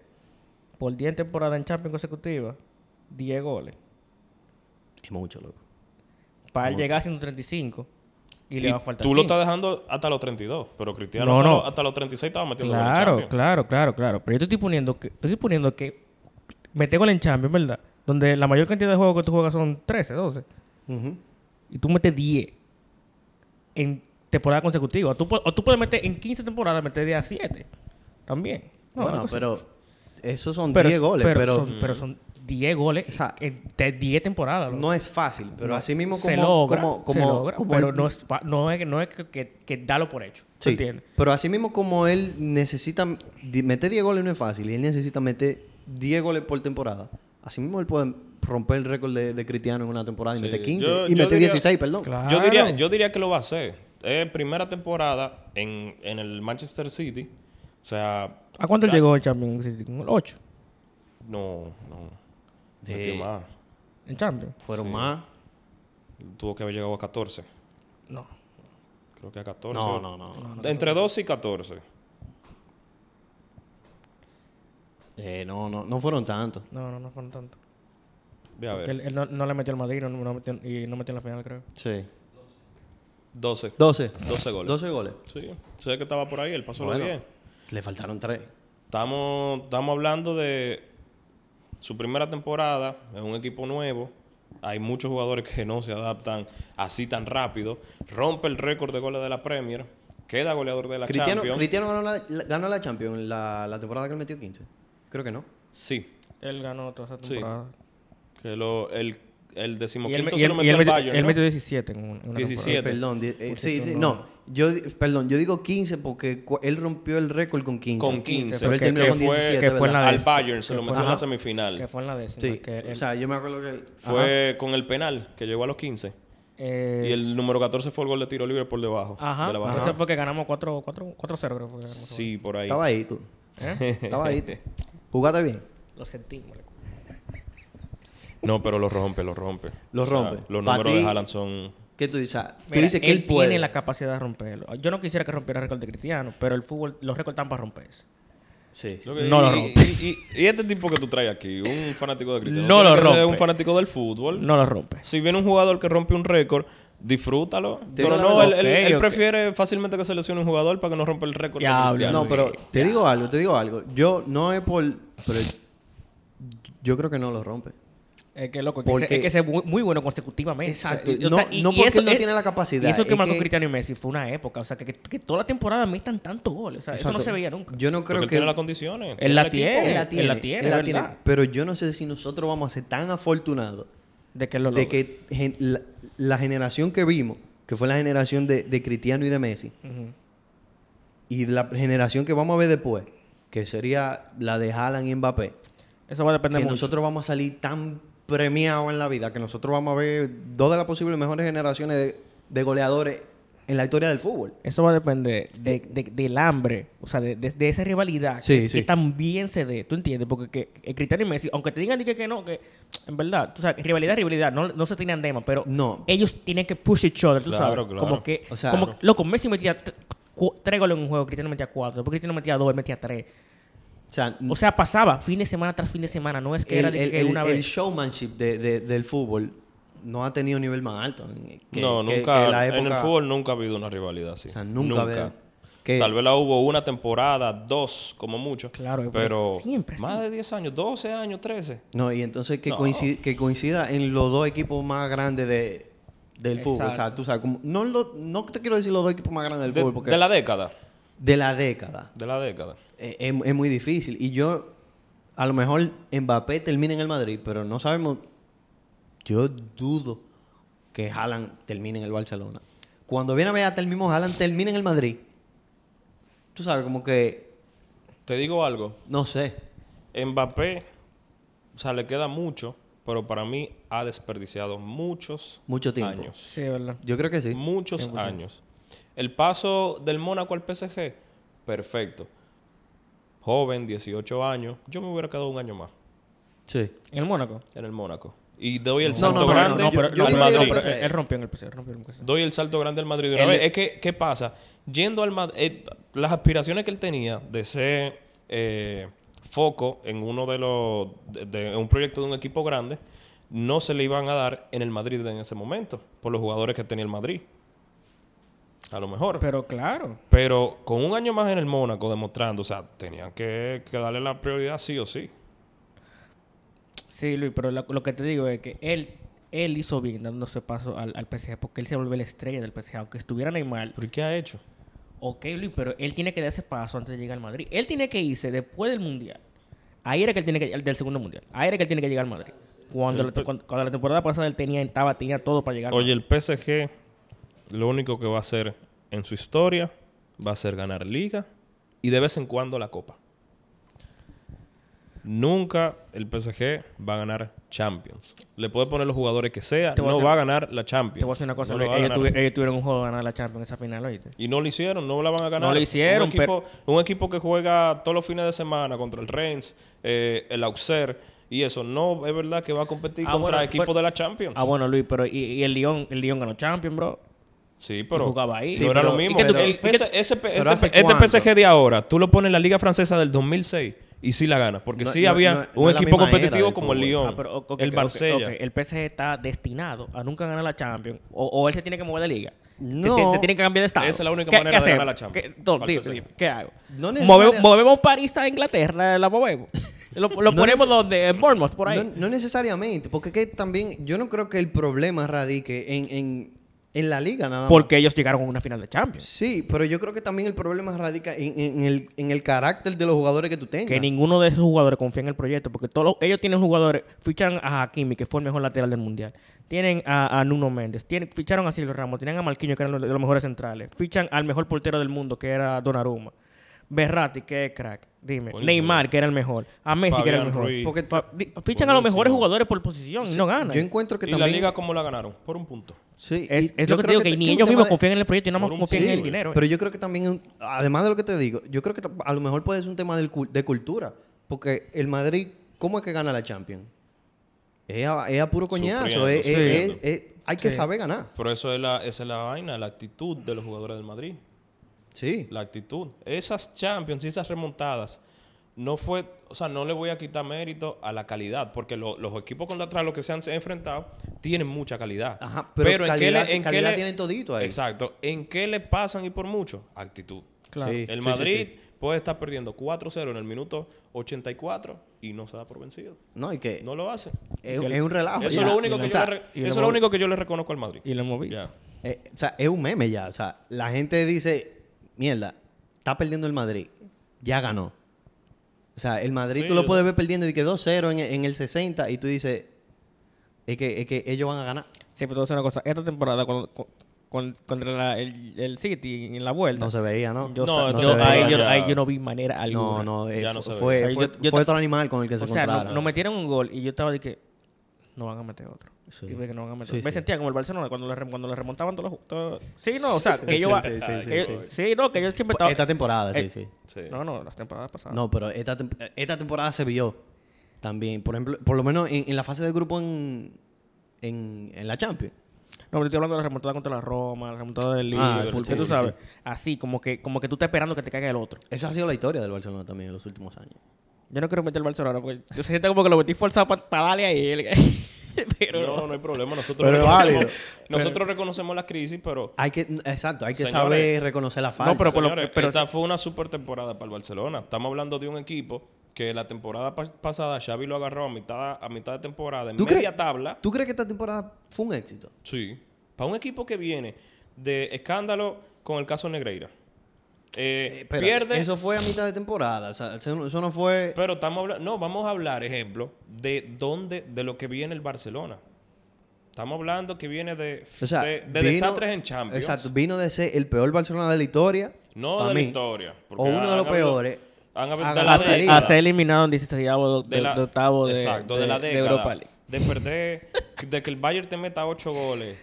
S2: por 10 temporadas en Champions consecutivas 10 goles
S1: Es mucho, loco.
S2: para él llegar a 135 y, le
S3: Y
S2: va a faltar
S3: tú
S2: cinco.
S3: lo estás dejando hasta los 32, pero Cristiano
S2: No,
S3: hasta,
S2: no.
S3: Los, hasta los 36 estaba metiendo gol en
S2: Claro,
S3: Champions.
S2: claro, claro, claro. Pero yo te estoy poniendo que, te estoy poniendo que meter gol en Champions, ¿verdad? Donde la mayor cantidad de juegos que tú juegas son 13, 12.
S1: Ujú.
S2: y tú metes 10 en temporada consecutiva. O tú, pu- o tú puedes meter en 15 temporadas, meter de a 7 también. No,
S1: bueno,
S2: algo así.
S1: pero esos son
S2: Pero
S1: 10
S2: son-
S1: goles, pero,
S2: pero, son,
S3: Mm.
S2: pero son 10 goles
S1: O sea,
S2: en de 10 temporadas. loco.
S1: no es fácil. Pero
S2: No.
S1: así mismo como...
S2: se logra,
S1: como,
S2: se
S1: como,
S2: logra,
S1: como
S2: pero
S1: él-
S2: no es, fa- no es, no es que, que, que dalo por hecho. ¿tú
S1: Sí,
S2: ¿Entiendes?
S1: pero así mismo como él necesita di- meter 10 goles no es fácil, y él necesita meter 10 goles por temporada. Así mismo él puede romper el récord de, de Cristiano en una temporada y
S3: Sí,
S1: mete 15
S3: yo-
S1: y
S3: yo
S1: mete
S3: diría-
S1: 16, perdón.
S2: Claro.
S3: Yo, diría, yo diría que lo va a hacer. Es primera temporada en, en el Manchester City. O sea,
S2: ¿A cuánto él llegó en Champions City? ¿Con el 8?
S3: no, no.
S1: Sí.
S3: Metió más.
S2: ¿En Champions?
S1: Fueron
S3: Sí.
S1: más.
S3: Tuvo que haber llegado a 14.
S2: No.
S3: Creo que a 14.
S1: No, no, no.
S3: Entre 12 y 14.
S1: Eh, no, no, no fueron tantos.
S2: No, no, no fueron tanto.
S3: Ve a
S2: Porque él,
S3: ver.
S2: él no, no le metió al Madrid no- no metió- y no metió en la final, creo.
S1: Sí.
S3: 12.
S1: 12.
S3: 12 goles.
S1: 12 goles.
S3: Sí. Sé que estaba por ahí, él pasó
S1: Bueno.
S3: los 10.
S1: Le faltaron 3.
S3: Estamos, estamos hablando de su primera temporada, es un equipo nuevo. Hay muchos jugadores que no se adaptan así tan rápido. Rompe el récord de goles de la Premier. Queda goleador de la
S1: Cristiano,
S3: Champions.
S1: Cristiano ganó, la, la- ganó la Champions la, la temporada que él metió 15. Creo que no.
S3: Sí.
S2: Él ganó toda esa
S3: Sí.
S2: temporada.
S3: Que lo, el,
S2: Y
S3: el
S2: él,
S3: decimoquinto
S2: me-
S3: se
S2: y él-
S3: lo
S2: y
S3: metió
S2: él
S3: al
S2: metió-
S3: Bayern,
S2: él
S3: ¿no?
S2: metió 17 en un- en una temporada.
S3: 17.
S1: Eh, perdón, di- eh,
S2: Por
S1: sí,
S2: cierto,
S1: sí,
S2: no.
S1: no. Yo, di- perdón, yo digo 15 porque cu- él rompió el récord con 15.
S3: Con 15,
S1: Pero él
S2: que-
S1: terminó
S2: que
S1: con
S3: fue-
S1: 17,
S2: que fue en la
S1: ¿verdad?
S3: Al
S2: de-
S3: Bayern se
S2: que
S3: lo
S2: fue-
S3: metió en la
S1: ajá.
S2: Que
S3: semifinal.
S2: fue en la décima.
S1: Sí,
S2: que él-
S1: o sea, yo me acuerdo que... él-
S3: Fue con el penal, que llegó a los 15.
S2: eh,
S3: Y el número 14 fue el gol de tiro libre por debajo.
S2: Ajá.
S3: de la barra.
S2: Ese fue que ganamos 4 4 4-0, creo. que fue que ganamos.
S3: Sí, por ahí.
S1: Estaba ahí tú.
S2: ¿Eh?
S1: Estaba ahí tú. Jugaste bien.
S2: Lo sentimos. loco.
S3: No, pero lo rompe, lo rompe.
S1: Lo
S3: O sea,
S1: rompe.
S3: los
S1: Pa'
S3: números
S1: ti-
S3: de Haaland son...
S1: ¿Qué tú dices? O sea, tú
S2: Mira,
S1: dices que él, puede.
S2: tiene la capacidad de romperlo. Yo no quisiera que rompiera el récord de Cristiano, pero el fútbol, los récords están para romperse.
S1: Sí.
S3: Lo que-
S2: No lo
S3: y-
S2: rompe.
S3: Y, y- y este tipo que tú traes aquí, un fanático de Cristiano.
S2: No
S3: tiene
S2: lo
S3: que ser
S2: rompe.
S3: un fanático del fútbol.
S2: No lo rompes.
S3: Si viene un jugador que rompe un récord, disfrútalo. Pero
S1: la
S3: no, él,
S1: verdad.
S3: él-
S2: Ok,
S3: él
S2: ok.
S3: prefiere fácilmente que se lesione un jugador para que no rompa el récord de
S2: Diablo,
S3: Cristiano.
S1: No, pero te digo algo, te digo algo. Yo no es por... Pero yo creo que no lo rompe.
S2: Es que loco, es que
S1: Porque-
S2: se- es que se es muy, muy bueno consecutivamente.
S1: Exacto.
S2: O sea, y- o
S1: No-
S2: sea, y-
S1: no
S2: y
S1: porque
S2: eso
S1: él no
S2: es-
S1: tiene la capacidad,
S2: y eso que
S1: es
S2: marcó
S1: que-
S2: Cristiano y Messi fue una época. O sea, que, que- que toda la temporada metan tantos goles. O sea, eso no
S1: Exacto.
S2: se veía nunca.
S1: Yo no
S3: Porque
S1: creo
S3: él
S1: que...
S3: tiene las condiciones.
S2: Él la
S3: el equipo.
S2: tiene.
S1: Él la tiene,
S2: tiene,
S1: él la
S2: ¿verdad?
S1: tiene. Pero yo no sé si nosotros vamos a ser tan afortunados
S2: de que lo
S1: de
S2: logre.
S1: que gen- la, la generación que vimos, que fue la generación de, de Cristiano y de Messi,
S2: Ujú.
S1: y la generación que vamos a ver después, que sería la de Haaland y Mbappé,
S2: Eso va a depender
S1: que
S2: mucho.
S1: nosotros vamos a salir tan premiados en la vida, que nosotros vamos a ver dos de las posibles mejores generaciones de, de goleadores en la historia del fúbol.
S2: Eso va a depender de- de- del hambre, o sea, de, de- de esa rivalidad
S1: Eh. Sí,
S2: que,
S1: sí.
S2: que también se dé, ¿tú entiendes? Porque que, que eh, Cristiano y Messi, aunque te digan que, que no, que en verdad, tú sabes, rivalidad, rivalidad, no, no se tienen dema, pero
S1: No.
S2: ellos tienen que push each other, tú
S3: Claro,
S2: sabes,
S3: claro.
S2: como que,
S1: O sea,
S2: como
S1: claro.
S2: que, loco, Messi metía tre- cu- tres goles en un juego, Cristiano metía cuatro, después Cristiano metía dos, él metía tres,
S1: O sea,
S2: o sea, pasaba fin de semana tras fin de semana, no es que
S1: Mm. el,
S2: era de
S1: el-
S2: que
S1: el-
S2: una
S1: el
S2: vez.
S1: showmanship de- de- del fútbol no ha tenido nivel más alto. que-
S3: no,
S1: que-
S3: nunca.
S1: que la
S3: En el
S1: época-
S3: fútbol nunca ha habido una rivalidad así.
S1: O sea, nunca. había- que-
S3: Tal vez la hubo una temporada, dos, como mucho.
S2: Claro, pero
S3: pero.
S2: siempre así.
S3: Más de 10 años, 12 años, 13.
S1: No, y entonces que,
S3: No.
S1: coincida, que coincida en los dos equipos más grandes de, del fútbol. O sea,
S2: Exacto.
S1: tú sabes, como- no, lo- no te quiero decir los dos equipos más grandes del
S3: De,
S1: fútbol, porque
S3: de la década.
S1: de la década
S3: De la década.
S1: eh, es, es muy difícil. Y yo, a lo mejor Mbappé termina en el Madrid, pero no sabemos. Yo dudo que Haaland termine en el Barcelona. Cuando viene a ver hasta el mismo Haaland termina en el Madrid. Tú sabes, como que,
S3: Te digo algo.
S1: no sé.
S3: Mbappé, o sea, le queda mucho, pero para mí ha desperdiciado muchos
S1: Mucho tiempo.
S3: años.
S2: Sí, verdad.
S1: Yo creo que sí.
S3: Muchos años. El paso del Mónaco al PSG, perfecto. Joven, 18 años, yo me hubiera quedado un año más
S1: Sí.
S2: En el Mónaco.
S3: en el Mónaco. Y doy el
S1: No,
S3: salto
S1: no, no,
S3: grande
S1: no, yo-
S2: pero,
S1: yo
S2: no,
S3: al
S2: pero-
S1: pensé que
S2: no,
S3: Madrid.
S2: pero
S1: pensé-
S2: él rompió en el PC, rompió en el PC.
S3: Doy el salto grande al Madrid de una
S2: Él-
S3: vez. Es que, ¿qué pasa? Yendo al Madrid, las aspiraciones que él tenía de ser eh, foco en uno de los. De, de- en un proyecto de un equipo grande, no se le iban a dar en el Madrid en ese momento, por los jugadores que tenía el Madrid. A lo mejor. Pero,
S2: Pero claro.
S3: con un año más en el Mónaco demostrando, o sea, tenían que, que darle la prioridad sí o sí.
S2: Sí, Luis, pero lo, lo que te digo es que él, él hizo bien dándose paso al, al PSG porque él se volvió la estrella del PSG. Aunque estuviera Neymar,
S3: ¿Pero ¿y qué ha hecho?
S2: ok, Luis, pero él tiene que dar ese paso antes de llegar al Madrid. Él tiene que irse después del Mundial. Ahí era que él tiene que... el Del segundo Mundial. Ahí era que él tiene que llegar al Madrid. Cuando, la, cuando, cuando la temporada pasada él tenía, estaba, tenía todo para llegar al
S3: Oye, el PSG lo único que va a hacer en su historia va a ser ganar liga y de vez en cuando la copa. Nunca el PSG va a ganar Champions. Le puede poner los jugadores que sea,
S2: Te voy a
S3: no
S2: hacer-
S3: va a ganar la Champions.
S2: Te voy a decir una cosa,
S3: No lo
S2: Luis.
S3: va a
S2: Ellos,
S3: ganar.
S2: tuvi- ellos tuvieron un juego de ganar la Champions esa final, ¿oíste?
S3: Y no lo hicieron, no la van a ganar.
S2: No lo hicieron,
S3: Un equipo, un equipo que juega todos los fines de semana contra el Rennes, eh, el Auxerre y eso. No es verdad que va a competir
S2: Ah,
S3: contra
S2: bueno,
S3: equipos
S2: pero-
S3: de la Champions.
S2: Ah, bueno, Luis, pero... Y, y el Lyon, el Lyon ganó Champions, bro.
S3: Sí, pero.
S2: Jugaba ahí.
S3: No
S1: Sí,
S3: era
S1: pero-
S3: lo mismo.
S2: ¿Y qué tú-
S3: El
S2: y qué-
S3: PS- ese P-
S1: pero
S3: este,
S1: hace
S3: P- este
S1: cuánto?
S3: PSG de ahora, tú lo pones en la Liga Francesa del 2006 y sí la ganas. Porque
S1: No-
S3: sí
S1: no-
S3: había
S1: no- no
S3: un
S1: es la
S3: equipo
S1: misma era
S3: competitivo
S1: del
S3: como el
S1: fútbol.
S3: Lyon,
S2: Ah, pero, ok,
S3: el
S2: ok,
S3: Marsella.
S2: ok, ok. El PSG está destinado a nunca ganar la Champions. O, o él se tiene que mover de liga. Se
S1: No.
S2: ti- Se, tiene que cambiar de estado.
S3: Esa es la única
S2: ¿Qué-
S3: manera
S2: qué
S3: de ganar
S2: hacemos?
S3: la Champions.
S2: ¿Qué, Don,
S3: Al
S2: dime,
S3: PSG.
S2: dime, ¿qué hago?
S1: No
S2: Move-
S1: necesaria-
S2: movemos París a Inglaterra, la movemos. Lo, lo
S1: No
S2: ponemos
S1: neces-
S2: donde, en Bournemouth, por ahí.
S1: No, no necesariamente, porque que también yo no creo que el problema radique en, en En la liga nada más.
S2: Porque ellos llegaron a una final de Champions.
S1: Sí, pero yo creo que también el problema radica en, en- en el, en el carácter de los jugadores que tú tengas.
S2: Que ninguno de esos jugadores confía en el proyecto, porque todos los- ellos tienen jugadores, fichan a Hakimi, que fue el mejor lateral del mundial, tienen a, a Nuno Méndez, tienen, ficharon a Silvio Ramos, tienen a Marquinhos, que eran los, de los mejores centrales, fichan al mejor portero del mundo, que era Donnarumma, Berratti, que es crack, dime,
S3: Buenísimo.
S2: Neymar, que era el mejor, a Messi, que era el
S3: Fabián
S2: mejor.
S3: Ruiz.
S1: Porque
S2: Fa- di- Fichan a los
S3: Buenísimo.
S2: mejores jugadores por posición y no ganan.
S1: yo encuentro que
S3: ¿Y la
S1: también...
S3: liga cómo la ganaron? Por un punto.
S1: sí, y
S2: es es
S1: yo
S2: lo que te
S1: creo
S2: digo, que,
S1: te-
S2: ni
S1: es un
S2: ellos
S1: tema
S2: mismos
S1: de-
S2: confían en el proyecto y nada más
S3: por un-
S2: confían
S3: sí,
S2: en el
S3: güey,
S2: dinero. eh.
S1: Pero yo creo que también, es un- además de lo que te digo, yo creo que ta- a lo mejor puede ser un tema del cul- de cultura. Porque el Madrid, ¿cómo es que gana la Champions? Es a, es a puro coñazo.
S3: Sufriendo,
S1: es- es-
S3: sufriendo.
S1: es- es- hay que saber ganar.
S3: Pero eso es la, esa es la vaina, la actitud de los jugadores del Madrid.
S1: Sí.
S3: La actitud. Esas Champions y esas remontadas no fue, o sea, no le voy a quitar mérito a la calidad, porque lo- los equipos contra los que se han enfrentado tienen mucha calidad.
S1: Ajá, pero calidad- calidad tienen todito ahí.
S3: Exacto. ¿En qué le pasan y por mucho? Actitud.
S2: Claro.
S1: Sí, sí,
S3: El
S1: sí,
S3: Madrid
S1: sí.
S3: puede estar perdiendo 4-0 en el minuto 84 y no se da por vencido.
S1: No, y que
S3: No lo hace.
S1: es, es un relajo.
S3: Eso,
S1: ya.
S3: es lo, único
S1: O
S3: que yo
S1: sea,
S3: le, re-
S2: y la
S3: eso es
S2: mo-
S3: lo único que yo le reconozco al Madrid.
S2: Y lo hemos visto.
S3: Ya.
S1: Eh, o sea, es un meme ya. O sea, la gente dice, mierda, está perdiendo el Madrid. Ya ganó. O sea, el Madrid
S3: Sí,
S1: tú lo
S3: yo-
S1: puedes ver perdiendo de que 2-0 en, en el 60 y tú dices, es que, es que ellos van a ganar.
S2: Siempre te voy a decir una cosa. Esta temporada cuando- con- con- contra la- el, el City en la vuelta.
S1: No se veía, ¿no?
S2: Yo,
S3: No,
S2: sa-
S1: no
S2: yo-
S1: se
S2: ahí,
S1: veía.
S2: yo, ahí yo no vi manera alguna.
S1: No, no, eh,
S3: Ya
S1: fu-
S3: no se ve.
S1: fue,
S2: Ahí
S1: fue,
S2: yo- yo
S1: fue
S2: te-
S1: otro animal con el que se
S2: O sea, no-
S1: encontraron.
S2: nos metieron un gol y yo estaba de que no van a meter otro.
S1: Sí.
S2: Y de que no van a meter
S1: Sí,
S2: otro. Me
S1: sí.
S2: sentía como el Barcelona cuando le, rem- cuando le remontaban todos los... todos- Sí, no, o sea, que yo...
S1: Sí,
S2: va-
S1: sí, sí, sí,
S2: que yo-
S1: sí.
S2: sí, no, que yo siempre estaba...
S1: Esta temporada, sí,
S2: Eh, ah.
S1: sí.
S3: Sí.
S2: No, no, las temporadas pasadas.
S1: No, pero esta, tem- esta temporada se vio también. Por ejemplo, por lo menos en, en la fase de grupo en, en, en la Champions.
S2: No, pero estoy hablando de la remontada contra la Roma, la remontada del
S1: Ah,
S2: Liverpool,
S1: sí,
S2: que tú
S1: sí,
S2: sabes. Así, como que, como que tú estás esperando que te caiga el otro.
S1: Esa ha sido la historia del Barcelona también en los últimos años.
S2: Yo no quiero meter al Barcelona porque yo se siente como que lo metí forzado para darle a él. pero no.
S3: No, no hay problema. Nosotros,
S1: Pero es
S3: reconocemos,
S1: válido.
S3: nosotros reconocemos la crisis, pero,
S1: Hay que, exacto, hay que
S3: Señores.
S1: saber reconocer la falta.
S2: No, Ah, pero por lo-
S3: señores,
S2: pero-
S3: esta fue una super temporada para el Barcelona. Estamos hablando de un equipo que la temporada pa- pasada Xavi lo agarró a mitad, a mitad de temporada en
S1: ¿Tú
S3: media
S1: crees-
S3: tabla.
S1: ¿Tú crees que esta temporada fue un éxito?
S3: Sí. Para un equipo que viene de escándalo con el caso Negreira. Eh,
S1: Eh, espérate,
S3: pierde,
S1: Eso fue a mitad de temporada. O sea, eso no- eso no fue.
S3: pero estamos hablando... No, vamos a hablar, ejemplo, de dónde, de lo que viene el Barcelona. Estamos hablando que viene de,
S1: O sea,
S3: de, de
S1: vino-
S3: desastres en Champions.
S1: Exacto, vino de ser el peor Barcelona de la historia.
S3: No
S1: pa'
S3: de
S1: mí.
S3: la historia. porque
S1: O uno de
S3: han
S1: los
S3: habido-
S1: peores.
S3: han habido-
S1: A
S3: de
S1: ganar
S3: la
S1: la liga.
S2: a,
S3: década.
S2: a ser eliminado en 16 de,
S3: De la-
S2: de octavo de,
S3: exacto, de,
S2: de-
S3: la
S2: de
S3: década.
S2: Europa League.
S3: De perder, de que el Bayern te meta ocho goles.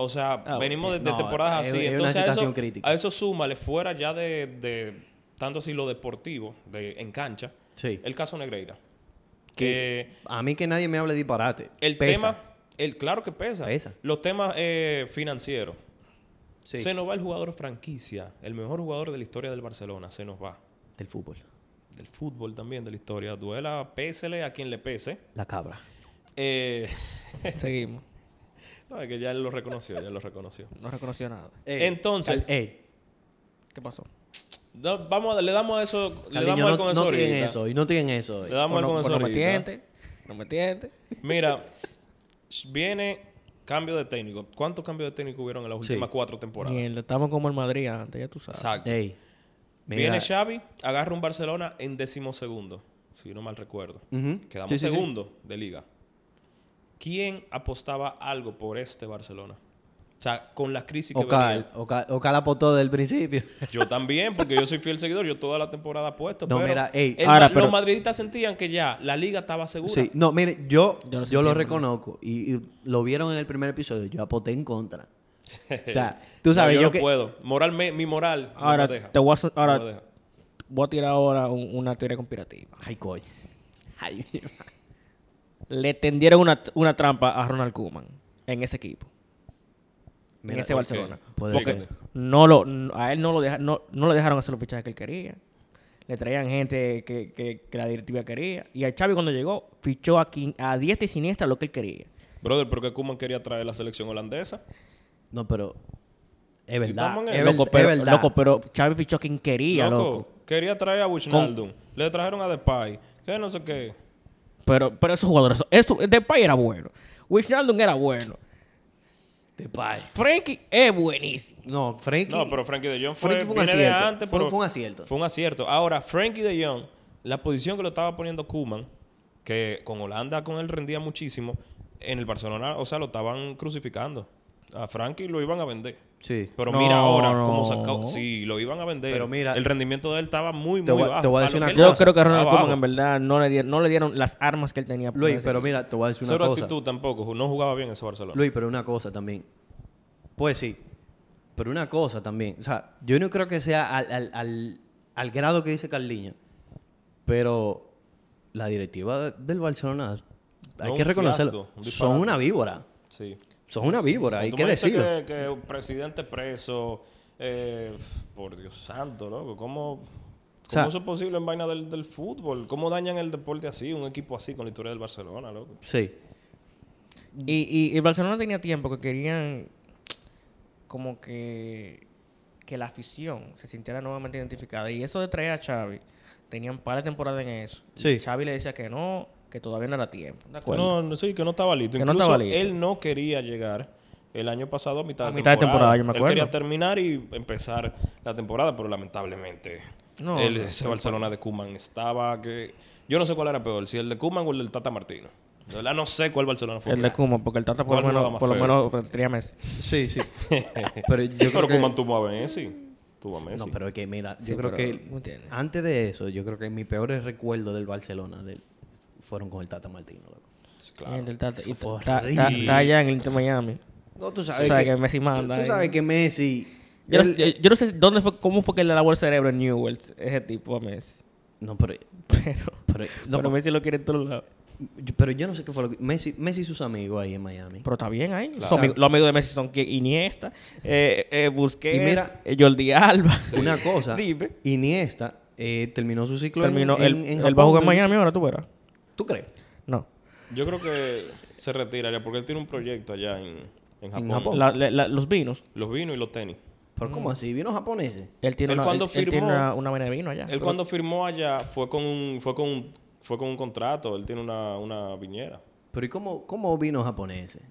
S3: O sea,
S2: Ah,
S3: venimos de, de
S1: no,
S3: temporadas
S1: es-
S3: así.
S1: es una
S3: Entonces, a,
S1: situación
S3: eso,
S1: crítica.
S3: a eso súmale fuera ya de, de tanto así lo deportivo, de, en cancha.
S1: Sí.
S3: El caso Negreira.
S1: Que-
S3: Que
S1: A mí que nadie me hable disparate.
S3: el
S1: Pesa.
S3: tema, el claro que pesa.
S1: Pesa.
S3: Los temas eh, financieros.
S1: Sí,
S3: Se nos va el jugador franquicia, el mejor jugador de la historia del Barcelona, se nos va.
S1: del fútbol.
S3: Del fútbol también, de la historia. Duela, pésele a quien le pese.
S1: La cabra.
S3: Eh,
S2: Seguimos.
S3: No, es que ya él lo reconoció, ya lo reconoció.
S2: No reconoció nada.
S1: Ey,
S3: Entonces-
S1: Eh, cal- ey,
S2: ¿Qué pasó?
S3: No, vamos a- le damos a eso, le
S1: Carliño,
S3: damos
S1: no,
S3: al con eso
S1: no tienen
S3: ahorita.
S1: eso hoy, no tienen eso hoy.
S3: Le damos al
S2: Bueno,
S3: con eso
S2: bueno, me
S3: ahorita.
S2: tiente, no me tiente.
S3: Mira, viene cambio de técnico. ¿Cuántos cambios de técnico hubieron en las
S1: Sí.
S3: últimas cuatro temporadas?
S2: Mierda, estamos como el Madrid antes, ya tú sabes.
S3: Exacto.
S1: Ey,
S3: Viene
S1: Eh, mira,
S3: Xavi, agarra un Barcelona en decimosegundo, si no mal recuerdo.
S1: Ujú.
S3: Quedamos
S1: Sí, sí, sí.
S3: segundo de liga. ¿Quién apostaba algo por este Barcelona? O sea, con la crisis que
S1: Ocal,
S3: venía.
S1: Ocal, Ocal apostó desde el principio.
S3: Yo también, porque yo soy fiel seguidor. Yo toda la temporada apuesto.
S1: No,
S3: pero
S1: mira, ey,
S3: el
S2: ahora,
S3: ma-
S2: pero-
S3: los madridistas sentían que ya la liga estaba segura.
S1: Sí, no, mire, yo, yo,
S2: Yo
S1: lo,
S2: lo sentí, hermano.
S1: reconozco y, y lo vieron en el primer episodio. Yo apoté en contra. O sea,
S3: No,
S1: tú sabes,
S3: yo,
S1: yo
S3: no
S1: que.
S3: puedo. Moral, me- mi moral no
S2: Ahora,
S3: me deja.
S2: te voy a, so-
S3: No
S2: ahora
S3: me deja.
S2: voy a tirar ahora un- una teoría conspirativa.
S1: Ay, coño. Ay, mi madre.
S2: Le tendieron una, una trampa a Ronald Koeman en ese equipo. en
S1: Mira,
S2: ese
S3: ok.
S2: Barcelona.
S1: Puede
S2: Porque
S1: ser.
S2: no lo, n- a él no lo, deja, no, no le dejaron hacer los fichajes que él quería. Le traían gente que, que- que la directiva quería. Y a Xavi cuando llegó, fichó a, quien, a diestra y siniestra lo que él quería.
S3: Brother, ¿por qué Koeman quería traer la selección holandesa?
S1: No, pero. Es verdad.
S3: Estamos en
S1: Es,
S3: el-
S1: ver-
S2: Loco,
S1: es
S2: pero,
S1: verdad.
S2: loco, pero Xavi fichó a quien quería, loco.
S3: Quería traer a Wijnaldum. Le trajeron a Depay. Que no sé qué.
S2: Pero, pero esos jugadores, eso, Depay era bueno. Wijnaldum era bueno.
S1: Depay.
S2: Frankie es buenísimo.
S1: No, Frankie.
S3: No, pero Frankie de Jong fue,
S1: Frankie fue un
S3: viene de
S1: acierto.
S3: antes,
S1: Fue-
S3: pero
S1: fue un acierto.
S3: Fue un acierto. Ahora, Frankie de Jong, la posición que lo estaba poniendo Kuman, que con Holanda con él rendía muchísimo, en el Barcelona, o sea, lo estaban crucificando. A Frankie lo iban a vender.
S1: Sí.
S3: Pero
S2: No,
S3: mira ahora
S2: no.
S3: cómo sacó. Sí, lo iban a vender.
S1: Pero mira-
S3: el rendimiento de él estaba muy, muy
S1: Te voy-
S3: bajo.
S1: te voy a
S3: lo
S1: decir
S3: que
S1: una
S3: él
S1: cosa.
S2: Yo creo que a Ronald
S3: estaba
S2: Koeman en
S3: bajo.
S2: verdad no le, dieron, no le dieron las armas que él tenía. para
S1: Luis,
S2: ese
S1: pero
S2: equipo.
S1: mira, te voy a decir una
S3: Cero
S1: cosa.
S3: actitud tampoco. No jugaba bien ese Barcelona.
S1: Luis, pero una cosa también. Pues sí. Pero una cosa también. O sea, yo no creo que sea al, al- al- al grado que dice Carliño. Pero la directiva del Barcelona, hay
S3: No,
S1: que
S3: un
S1: reconocerlo.
S3: fiasco,
S1: son
S3: un disparate.
S1: una víbora.
S3: Sí.
S1: Son una víbora, hay
S3: Tú
S1: que
S3: me dices
S1: decirlo.
S3: Que, que presidente preso. eh, por Dios santo, loco. ¿Cómo,
S1: O sea-
S3: cómo eso es posible en vaina del, del fútbol? ¿Cómo dañan el deporte así, un equipo así con la historia del Barcelona, loco?
S1: Sí.
S2: Y, y el Barcelona tenía tiempo que querían como que, que la afición se sintiera nuevamente identificada. Y eso de traer a Xavi, tenían par de temporadas en eso.
S1: Sí.
S2: Y Xavi le decía que no, que todavía no era tiempo. ¿De acuerdo?
S3: No, no, sí, que no estaba listo.
S2: Que no
S3: Incluso
S2: estaba listo.
S3: él no quería llegar el año pasado a mitad,
S2: A
S3: de,
S2: mitad de
S3: temporada.
S2: temporada, yo me
S3: Él
S2: acuerdo.
S3: quería terminar y empezar la temporada, pero lamentablemente
S2: No,
S3: él-
S2: no,
S3: ese Barcelona de Kuman estaba que... Yo no sé cuál era peor, si el de Kuman o el del Tata Martino. De verdad no sé cuál Barcelona fue.
S2: el de
S3: peor.
S2: Kuma, porque el Tata por lo
S3: ¿Cuál jugaba
S2: menos,
S3: más
S2: por lo
S3: feo?
S2: menos tenía Messi.
S1: Sí, sí. pero yo creo
S3: Pero
S1: que...
S3: Kuman tuvo a Messi. Tuvo a Messi.
S1: No, pero es que mira,
S2: Sí,
S1: yo creo
S2: pero
S1: que
S2: no entiendo.
S1: antes de eso, yo creo que mis peores recuerdos del Barcelona del- fueron con el Tata Martino. loco.
S3: Sí, claro.
S2: Y el del Tata.
S1: Eso
S2: Y
S1: fue
S2: ta- ta-
S1: horrible.
S2: está allá en el Inter Miami.
S1: No, tú
S2: sabes sabes que- que Messi manda,
S1: Tú,
S2: eh.
S1: sabes que Messi.
S2: Yo,
S1: él-
S2: yo- yo no sé dónde fue, cómo fue que le lavó el cerebro en Newell's ese tipo a Messi.
S1: No, pero.
S2: Pero,
S1: Pero, no,
S2: pero Messi lo quiere en todos lados.
S1: yo- pero yo no sé qué fue lo que. Messi, Messi y sus amigos ahí en Miami.
S2: Pero está bien ahí.
S1: Claro.
S2: Son amigos- los amigos de Messi son que Iniesta, eh, eh, Busquets,
S1: Y mira-
S2: eh, Jordi Alba.
S1: Una cosa.
S2: Dime.
S1: Iniesta eh, terminó su ciclo en-
S2: Terminó.
S1: en,
S2: el,
S1: en
S2: el va a jugar
S1: Japón,
S2: en Miami ahora, tú verás.
S1: ¿Tú crees?
S2: No.
S3: Yo creo que se retira ya porque él tiene un proyecto allá en, en Japón.
S1: Japón.
S2: La- la- la- los vinos.
S3: Los vinos y los tenis.
S1: Pero
S2: Mm.
S1: ¿cómo así? ¿Vino japoneses?
S2: Él tiene,
S3: Él
S2: una,
S3: cuando
S2: él- él tiene
S3: firmó-
S2: una, una vaina de vino
S1: Ah,
S2: allá.
S3: Él
S2: Pero-
S3: cuando firmó allá fue con un, fue con un- fue con un contrato, él tiene una, una viñera.
S1: Pero ¿y cómo, cómo vino japoneses?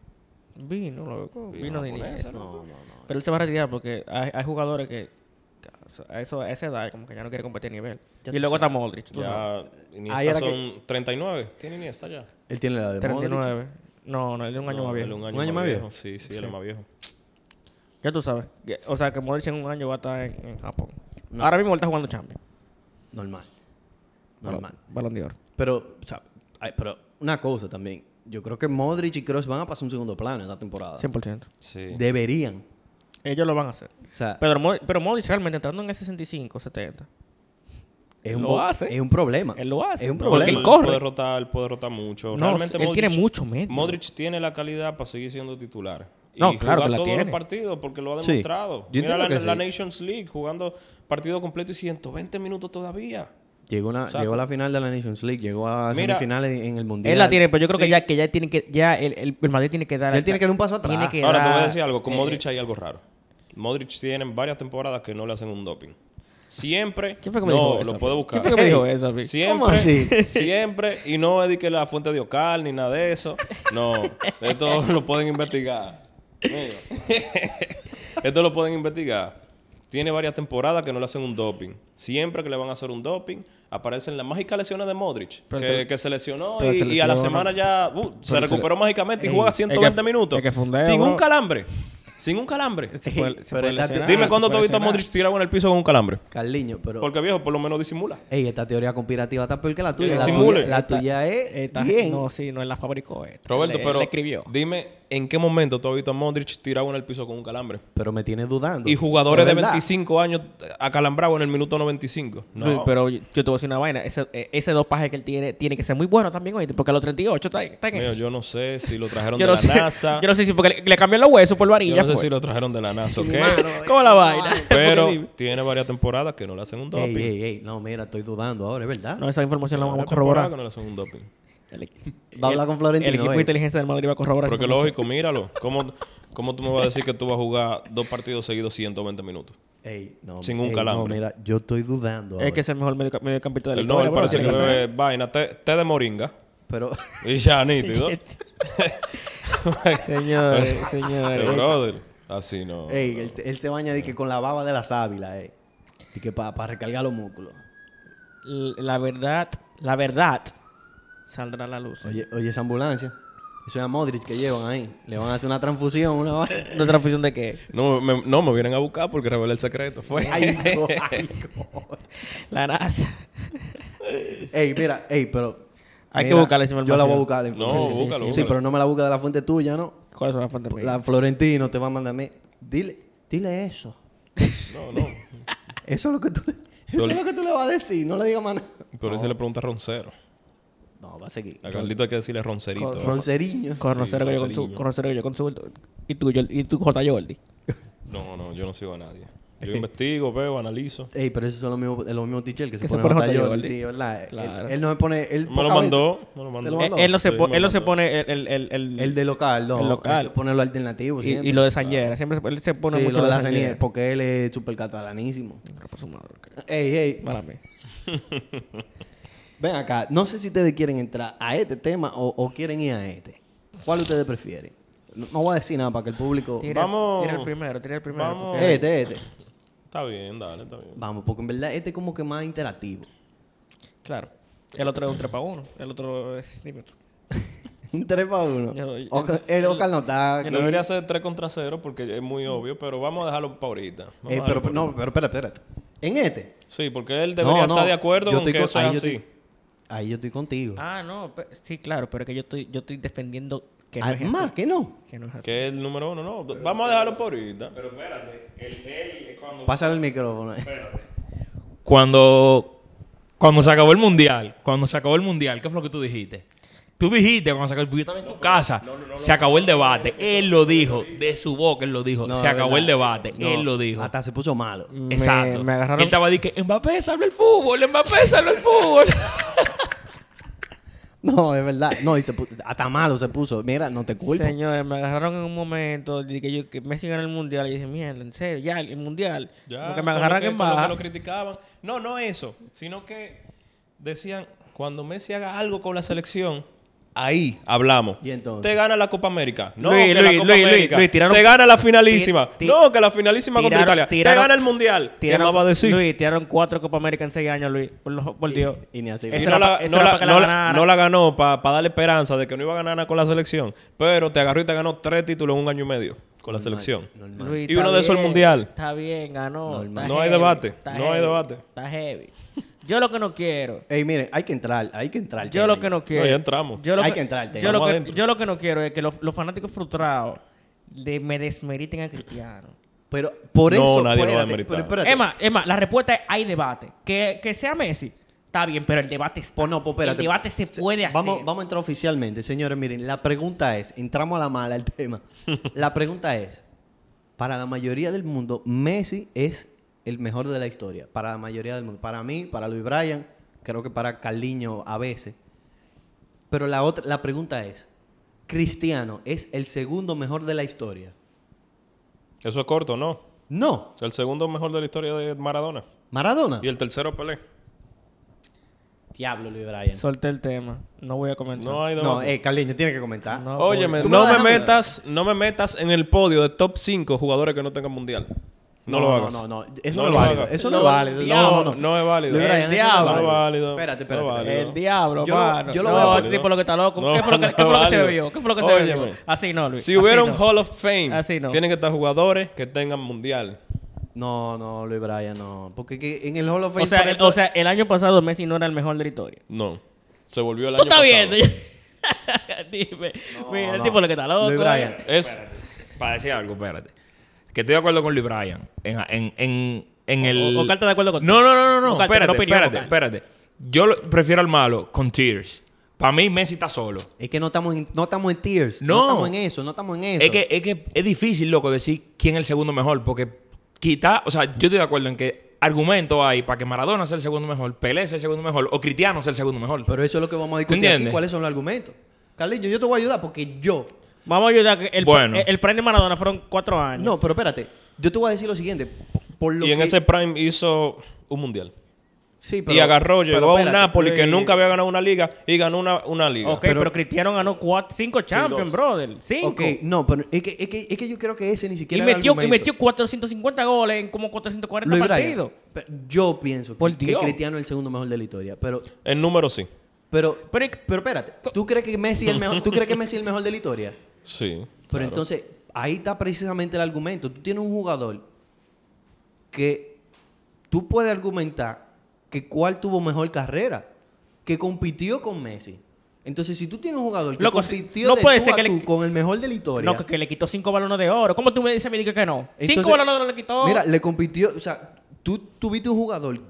S2: Vino, loco. Vino de
S3: japonés,
S2: Iniesta.
S1: No, no, no.
S2: Pero él se va a retirar porque hay, hay jugadores que que a, eso, a esa edad como que ya no quiere competir a nivel.
S1: Ya
S2: y
S1: tú
S2: luego está Modric, tú sabes.
S3: Ya
S1: Ahí
S3: Iniesta
S1: era
S3: son 39, tiene Iniesta ya.
S1: Él tiene la edad de 39.
S2: 39. No, no, él es un año
S3: No,
S2: más
S3: él
S2: viejo.
S3: Un
S1: ¿Un año más viejo?
S3: Sí, sí, él es más viejo.
S2: Ya tú sabes. Que- O sea, que Modric en un año va a estar en, en Japón. Ahora mismo él está jugando Champions.
S1: Normal. Normal.
S2: Balón- Balón de oro.
S1: Pero, o sea, ay, pero una cosa también. Yo creo que Modric y Kroos van a pasar un segundo plano en esta temporada.
S2: 100%.
S3: Sí.
S1: Deberían.
S2: Ellos lo van a hacer.
S1: O sea,
S2: Pero, Mo- pero Modric realmente entrando en el 65, 70.
S1: es, un
S2: lo
S1: bo-
S2: hace.
S1: es un problema.
S2: Él lo hace.
S1: Es un
S2: No,
S1: problema.
S2: porque él corre.
S3: Puede derrotar, él puede derrotar mucho.
S2: No,
S3: Realmente
S2: él
S3: Modric-
S2: tiene mucho medio.
S3: Modric tiene la calidad para seguir siendo titular.
S2: No,
S3: y
S2: claro
S3: jugar
S2: que la
S3: todos
S2: tiene.
S3: los partidos porque lo ha
S1: Sí.
S3: demostrado.
S1: Yo
S3: Mira
S1: entiendo
S3: la,
S1: que sí.
S3: la Nations League jugando partido completo y 120 minutos todavía.
S1: Llegó, una,
S3: Saco.
S1: llegó a la final de la Nations League, llegó a
S3: Mira,
S1: semifinales en- en el Mundial.
S2: Él la tiene, pero yo creo que
S3: Sí.
S2: ya, que ya tiene que, ya el, el- el Madrid tiene que dar.
S1: Ya él tiene que dar un paso atrás.
S2: tiene que
S3: Ahora te
S2: dar-
S3: voy a decir algo. Con
S2: eh,
S3: Modric hay algo raro. Modric tiene varias temporadas que no le hacen un doping. Siempre.
S2: ¿Quién fue que me
S3: no,
S2: dijo eso?
S3: lo puedo buscar.
S2: ¿Quién fue que me dijo
S1: Ey,
S2: eso? a mí?
S3: Siempre,
S1: ¿Cómo así?
S3: siempre, y no es de que la fuente de Ocal ni nada de eso. No, esto lo pueden investigar. Mira. Esto lo pueden investigar. Tiene varias temporadas que no le hacen un doping. Siempre que le van a hacer un doping, aparecen las mágicas lesiones de Modric,
S2: Pero
S3: que,
S2: te-
S3: que se lesionó
S2: pero
S3: y,
S2: se
S3: y a la
S2: lesiona.
S3: semana ya uh, se
S2: se-
S3: recuperó mágicamente y
S1: Ey,
S3: juega
S1: es que-
S3: 120 minutos.
S2: es que fundeo,
S3: sin un
S2: bro.
S3: calambre. Sin un calambre.
S2: Se puede- se
S1: pero
S2: puede
S1: él la-
S2: lesionar,
S3: Dime
S2: se
S3: cuándo tú
S2: puede
S3: has visto a
S2: lesionar.
S3: Modric tirado en el piso con un calambre.
S1: Carliño, pero.
S3: Porque viejo, por lo menos disimula.
S1: Ey, esta teoría conspirativa está peor que la
S3: Que
S1: tuya. La
S3: simule.
S1: tuya, la tuya es.
S2: Esta-
S1: bien.
S2: Eh, No, sí, no, él la fabricó. eh.
S3: Roberto,
S2: Él- él
S3: pero
S2: la escribió.
S3: dime en qué momento tú has visto a Modric tirado en el piso con un calambre.
S1: Pero me tienes dudando.
S3: Y jugadores
S1: Es
S3: de
S1: verdad.
S3: 25 años acalambrados en el minuto 95.
S2: Luis,
S3: No,
S2: Pero yo, yo te voy a decir una vaina. Ese, eh, ese dopaje que él tiene tiene que ser muy bueno también, oíste, porque a los 38 está, está en
S3: mío,
S2: eso.
S3: yo no sé si lo trajeron
S2: Yo
S3: de
S2: no
S3: la
S2: sé,
S3: NASA.
S2: Yo no sé si porque le, le cambian los huesos por pues. varilla.
S3: Yo no sé
S2: fue.
S3: si lo trajeron de la NASA, ¿ok?
S1: Mano,
S2: ¿Cómo la
S1: no,
S2: vaina?
S3: Pero
S2: Porque dime.
S3: tiene varias temporadas que no le hacen un
S1: Ey,
S3: doping.
S1: ey, ey. No, mira, estoy dudando ahora, es verdad.
S2: No, esa información la vamos a
S3: Varias temporadas
S2: corroborar.
S3: que no le hacen un doping.
S2: El-
S1: Va a hablar con Florentino,
S2: El equipo
S1: eh.
S2: de inteligencia del Madrid va a corroborar.
S3: Porque
S2: esa información.
S3: lógico, míralo. ¿Cómo, ¿Cómo tú me vas a decir que tú vas a jugar dos partidos seguidos 120 minutos?
S1: Ey, no,
S3: Sin un
S1: ey,
S3: calambre.
S1: No, mira, yo estoy dudando
S2: Es
S1: ahora.
S2: que es el mejor medio- mediocampista del
S3: El no, él
S2: bro,
S3: parece que
S2: tiene que ser.
S3: bebe vaina, té, té de moringa
S1: Pero.
S3: y ya nítido.
S2: Señor, señor.
S3: Pero, brother, así no.
S1: Ey, él, él se baña de que con la baba de la sábila, eh. Y que para recargar los músculos.
S2: La verdad, la verdad saldrá a la luz.
S1: Oye, oye esa ambulancia. Eso es a Modric que llevan ahí. Le van a hacer una transfusión, una vaina.
S2: ¿No transfusión de qué?
S3: No, me, no, me vienen a buscar porque revelé el secreto. Fue.
S1: Ay, co- ay, co-
S2: La NASA.
S1: Ey, mira, ey, pero.
S2: Hay que
S1: mira,
S2: buscar esa
S1: Yo la voy a
S2: información.
S1: buscar la
S3: No,
S1: información. sí, sí, sí,
S3: búscalo,
S1: sí. Sí,
S3: búscalo.
S1: pero no me la busca de la fuente tuya, ¿no?
S2: ¿Cuáles son las fuentes de
S1: La Florentino te va a mandar a mí. Dile, dile eso.
S3: No, no.
S1: Eso es lo que tú, eso
S3: Dole.
S1: es lo que tú le vas a decir. No le digas más nada.
S3: Pero eso le pregunta a Roncero.
S1: No, va a seguir.
S3: A Carlito hay que decirle Roncerito.
S2: Con-
S1: Ronceriño.
S2: Corrocero que yo
S3: Rosariño.
S2: consu- Corrocero que yo consulto. Y tú, yo- y tú, J. Jordi.
S3: No, no, yo no sigo a nadie. Yo investigo, veo, analizo.
S1: Ey, pero esos son los mismos, los mismos teacher que se
S2: Que se
S1: ponen J.
S2: pone J.
S1: Jordi.
S2: Jordi.
S1: Sí, ¿verdad? Él-
S2: Claro.
S1: Él, no se pone... Él
S3: Me lo
S1: pocas
S3: mandó. Me lo
S1: Te lo
S3: mandó.
S2: Él,
S1: mandó.
S2: Eh, él no se,
S3: Sí,
S2: po-
S3: me
S2: él no se
S3: mandó.
S2: pone el, el, el, el-
S1: veces- El de local, no.
S2: El local.
S1: Él se pone lo alternativo
S2: Pues y,
S1: siempre.
S2: y lo de Saniera. Siempre se- él se pone
S1: sí,
S2: mucho
S1: lo de la
S2: Saniera.
S1: Sanier, porque él es súper catalanísimo.
S2: Pero por su madre, que-
S1: Ey, ey,
S2: Para mí.
S1: ven acá. No sé si ustedes quieren entrar a este tema o, o quieren ir a este. ¿Cuál ustedes prefieren? No, no voy a decir nada para que el público...
S2: Tira,
S3: Vamos.
S2: tira el primero, tira el primero.
S3: Vamos.
S2: porque-
S1: Este, este.
S3: Está bien, dale, está bien.
S1: Vamos, porque en verdad este es como que más interactivo.
S2: Claro. El otro es un 3 para 1. El otro es. Dime tú.
S1: Un 3 para 1.
S2: Yo- yo-
S1: El Ocal no está.
S3: Yo
S1: aquí.
S3: debería ser 3 contra 0 porque es muy obvio, pero vamos a dejarlo para ahorita. Vamos
S1: Ey,
S3: a
S1: Eh, pero,
S3: dejarlo pa'
S1: no, pero espérate, espérate. En este.
S3: ahorita. Sí, porque él debería
S1: No, no,
S3: estar de acuerdo
S1: yo
S3: con
S1: estoy
S3: que
S1: con-
S3: eso
S1: ahí
S3: es
S1: yo
S3: así.
S1: estoy- Ahí yo estoy contigo.
S2: Ah, no. pe- Sí, claro. Pero es que yo estoy, yo estoy defendiendo que no
S1: Ah,
S2: es así.
S1: Más que no.
S2: Que no es así.
S3: Que es el número uno, no. vamos a dejarlo para ahorita.
S4: Pero espérate, el él es cuando.
S1: Pásale el micrófono.
S4: Cuando. Cuando se acabó el mundial. Cuando se acabó el mundial, ¿qué fue lo que tú dijiste? Tú dijiste cuando se acabó el yo estaba en tu casa. se acabó el debate. él lo dijo. De su boca, él lo dijo.
S1: No,
S4: se
S1: de
S4: acabó
S1: verdad.
S4: el debate.
S1: No,
S4: él lo dijo. Mm.
S1: Hasta se puso malo.
S2: Me-
S4: Exacto.
S2: Me
S4: Él
S2: agarraron.
S4: estaba diciendo, Mbappé salve el fútbol, Mbappé salve el fútbol.
S1: No, es verdad. No, y se pu- hasta malo se puso. Mira, no te culpo.
S2: Señores, me agarraron en un momento de que yo que Messi ganó el mundial y dije, mierda, en serio, ya este, el mundial.
S3: Ya,
S2: porque
S3: con
S2: me
S3: lo
S2: agarraron
S3: que-
S2: en
S3: con lo
S2: baja.
S3: que lo criticaban. No, no eso, sino que decían, cuando Messi haga algo con la selección, ahí hablamos.
S1: ¿Y entonces?
S3: Te gana la Copa América. No,
S2: Luis,
S3: que la
S2: Luis,
S3: Copa
S2: Luis, Luis,
S3: América.
S2: Luis, tiraron-
S3: Te gana la finalísima.
S2: Ti- ti-
S3: no, que la finalísima contra
S2: tiraron-
S3: Italia.
S2: tiraron-
S3: te gana el Mundial. ¿Qué
S2: Tiraron,
S3: más va a decir?
S2: Luis, tiraron cuatro Copa América en seis años, Luis. Por, los- por Dios.
S1: Y ni así.
S3: Y
S2: Eso
S3: no
S2: era
S3: la,
S2: pa- eso
S3: no
S2: era
S3: la-
S2: pa' que la
S3: no la-
S2: ganara.
S3: no la ganó para darle esperanza de que no iba a ganar nada con la selección. Pero te agarró y te ganó tres títulos en un año y medio con la selección.
S1: Normal.
S2: Luis,
S3: Y
S2: está
S3: uno de esos el
S2: bien,
S3: mundial.
S2: Está bien, ganó.
S1: Normal.
S2: está
S3: No hay
S2: heavy,
S3: debate,
S2: está
S3: no hay
S2: heavy,
S3: debate.
S2: Está heavy. Yo lo que no quiero.
S1: Ey, miren, hay que entrar. Hay que entrar.
S2: Yo lo que no quiero.
S3: ya entramos.
S2: Yo lo
S1: Hay que entrar,
S2: yo lo
S3: vamos
S2: que,
S3: adentro.
S2: yo lo que no quiero es que los, los fanáticos frustrados de- me desmeriten a Cristiano.
S1: Pero por
S3: No,
S1: eso.
S3: nadie lo va a
S1: espérate,
S3: demeritar.
S1: Pero espérate.
S2: Emma, Emma, la respuesta es hay debate. Que, que sea Messi, está bien, pero el debate está.
S1: Pues no, pues espérate.
S2: El debate se puede hacer.
S1: Vamos, vamos a entrar oficialmente, señores. Miren, la pregunta es, entramos a la mala el tema. La pregunta es, para la mayoría del mundo, Messi es el mejor de la historia. Para la mayoría del mundo. Para mí, para Luis Bryan, creo que para Carliño a veces. Pero la otra, la pregunta es, Cristiano es el segundo mejor de la historia.
S3: Eso es corto, ¿no?
S1: No,
S3: El segundo mejor de la historia de Maradona.
S1: Maradona.
S3: Y el tercero Pelé.
S1: Diablo, Luis Bryan.
S2: Solté el tema. No voy a comentar.
S3: No hay debate.
S1: No, eh, Carliño tiene que comentar.
S2: No,
S3: Óyeme,
S1: Tú
S3: no
S1: me
S3: me
S1: dejas hablar.
S3: metas, no me metas en el podio de top 5 jugadores que no tengan mundial. No, lo hagas.
S1: No, no, no. Eso no,
S3: No
S1: es
S3: lo
S1: válido.
S3: hagas.
S1: Eso no, es
S2: No,
S1: válido.
S3: no, no es válido.
S1: Luis
S2: El
S1: Bryan, eso
S2: diablo.
S1: No es válido.
S3: No es
S1: Espérate, espérate.
S3: válido.
S1: espérate.
S2: El diablo,
S1: Yo lo-
S2: mano.
S1: yo lo
S2: no,
S1: voy a
S2: este
S1: poner.
S2: tipo lo que está loco.
S3: No,
S2: ¿Qué fue lo que,
S3: no
S2: qué fue lo que se
S3: válido.
S2: bebió? ¿Qué fue lo que se
S3: Óyeme.
S2: bebió? Así no, Luis.
S3: Si
S2: así
S3: hubiera un
S2: no.
S3: Hall of Fame,
S2: Así no.
S3: tienen que estar jugadores que tengan mundial.
S1: No, no, Luis Bryan, no. Porque que en el Hall of Fame.
S2: O sea,
S1: por
S2: el,
S1: ejemplo,
S2: o sea, el año pasado Messi no era el mejor de la historia.
S3: No. Se volvió el
S2: Tú
S3: año
S2: estás
S3: pasado.
S2: viendo. Dime.
S1: no,
S2: Mira, el
S1: no.
S2: tipo lo que está loco. eh.
S1: Luis Bryan.
S3: Es
S4: Para decir algo, espérate. Que estoy de acuerdo con Luis Bryan. En, en, en, en el.
S2: O- o Ocal está de acuerdo contigo.
S4: No, no, no, no. no.
S2: Ocal,
S4: Espérate,
S2: pero opinión,
S4: espérate,
S2: Ocal.
S4: espérate. Yo lo- prefiero al malo con Tears. Para mí, Messi está solo.
S1: Es que no estamos en, no estamos en tears.
S4: No.
S1: estamos en eso, no estamos en eso.
S4: Es que, es que es difícil, loco, decir quién es el segundo mejor. Porque quita. O sea, yo estoy de acuerdo en que argumento hay para que Maradona sea el segundo mejor, Pelé sea el segundo mejor o Cristiano sea el segundo mejor.
S1: Pero eso es lo que vamos a
S4: ¿Tú
S1: discutir aquí.
S4: entiendes?
S1: ¿Cuáles son los argumentos? Carliño, yo te voy a ayudar porque yo.
S2: Vamos a ayudar. que El,
S4: Bueno.
S2: el, el premio Maradona fueron cuatro años.
S1: No, pero espérate. Yo te voy a decir lo siguiente. Por lo
S3: y en
S1: que-
S3: ese prime hizo un mundial.
S1: Sí,
S3: y agarró,
S1: pero
S3: llegó a un
S1: espérate.
S3: Napoli que
S2: Sí.
S3: nunca había ganado una liga y ganó una, una liga.
S2: Ok, pero, Cristiano ganó cuatro, cinco Champions,
S3: dos.
S2: brother. Cinco.
S1: Ok, no, pero es que, es, que, es que yo creo que ese ni
S2: Y
S1: siquiera era el
S2: metió, y
S1: argumento.
S2: metió 450 goles en como 440
S1: Luis Brian,
S2: partidos.
S1: pero yo pienso que-
S2: Por
S1: que,
S2: Dios.
S1: Cristiano es el segundo mejor de la historia, pero
S3: En número sí.
S1: pero
S2: Pero
S1: pero,
S2: es que-
S1: espérate, ¿tú crees que Messi es el mejor? ¿Tú crees que Messi es el mejor de la historia?
S3: Sí.
S1: Pero
S3: claro.
S1: entonces ahí está precisamente el argumento. Tú tienes un jugador que tú puedes argumentar que cuál tuvo mejor carrera, que compitió con Messi. Entonces, si tú tienes un jugador que
S2: Loco, si-
S1: compitió
S2: no
S1: de
S2: puede
S1: tú
S2: ser
S1: a
S2: que le-
S1: tú con el mejor de la historia,
S2: No, que, que le quitó cinco balones de oro. ¿Cómo tú me dices a mí que no? cinco
S1: Entonces,
S2: balones de oro le quitó.
S1: Mira, le compitió, o sea, tú tuviste un jugador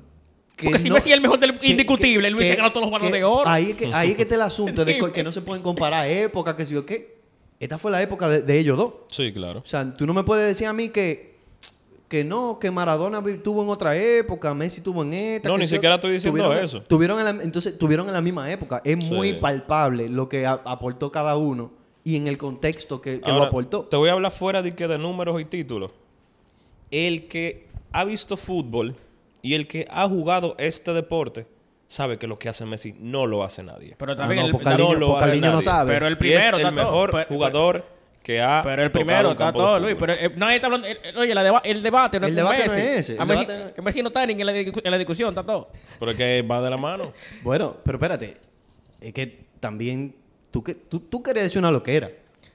S1: que
S2: Porque si
S1: no-
S2: Messi es el mejor del
S1: que-
S2: indiscutible,
S1: que-
S2: Luis se
S1: que-
S2: ganó todos los balones
S1: que
S2: de oro.
S1: Ahí es que, ahí es que está el asunto de co- que no se pueden comparar épocas, que si yo qué. Esta fue la época de, de ellos dos.
S3: Sí, claro.
S1: O sea, tú no me puedes decir a mí que, que no, que Maradona vi- tuvo en otra época, Messi tuvo en esta.
S3: No,
S1: que
S3: ni
S1: si yo-
S3: siquiera estoy diciendo
S1: tuvieron-
S3: eso.
S1: Tuvieron en la- entonces, tuvieron en la misma época. Es
S3: Sí.
S1: muy palpable lo que a- aportó cada uno y en el contexto que, que lo
S3: Ahora,
S1: aportó.
S3: Te voy a hablar fuera de, que de números y títulos. El que ha visto fútbol y el que ha jugado este deporte sabe que lo que hace Messi no lo hace nadie.
S2: Pero
S1: Ah,
S2: también
S1: no,
S2: el,
S1: porque Cariño-
S3: no lo
S1: porque
S3: hace
S1: Cariño no
S3: nadie.
S1: sabe.
S2: Pero el
S3: Y es
S2: primero,
S3: el
S2: está todo.
S3: mejor
S2: Pero-
S3: jugador que ha
S2: Pero el
S3: tocado
S2: primero
S3: un
S2: está
S3: campo de
S2: todo, Luis.
S3: fútbol.
S2: Pero eh, nadie está hablando. eh, eh, Oye, la deba- el debate no es
S1: El
S2: con
S1: debate no
S2: Messi.
S1: es ese, el
S2: A Messi,
S1: debate no es-
S2: que Messi no está ni en la, discu- en la discusión, está todo.
S3: Pero es que va de la mano.
S1: Bueno, pero espérate. Es que también tú, que, tú, tú querías decir una loquera.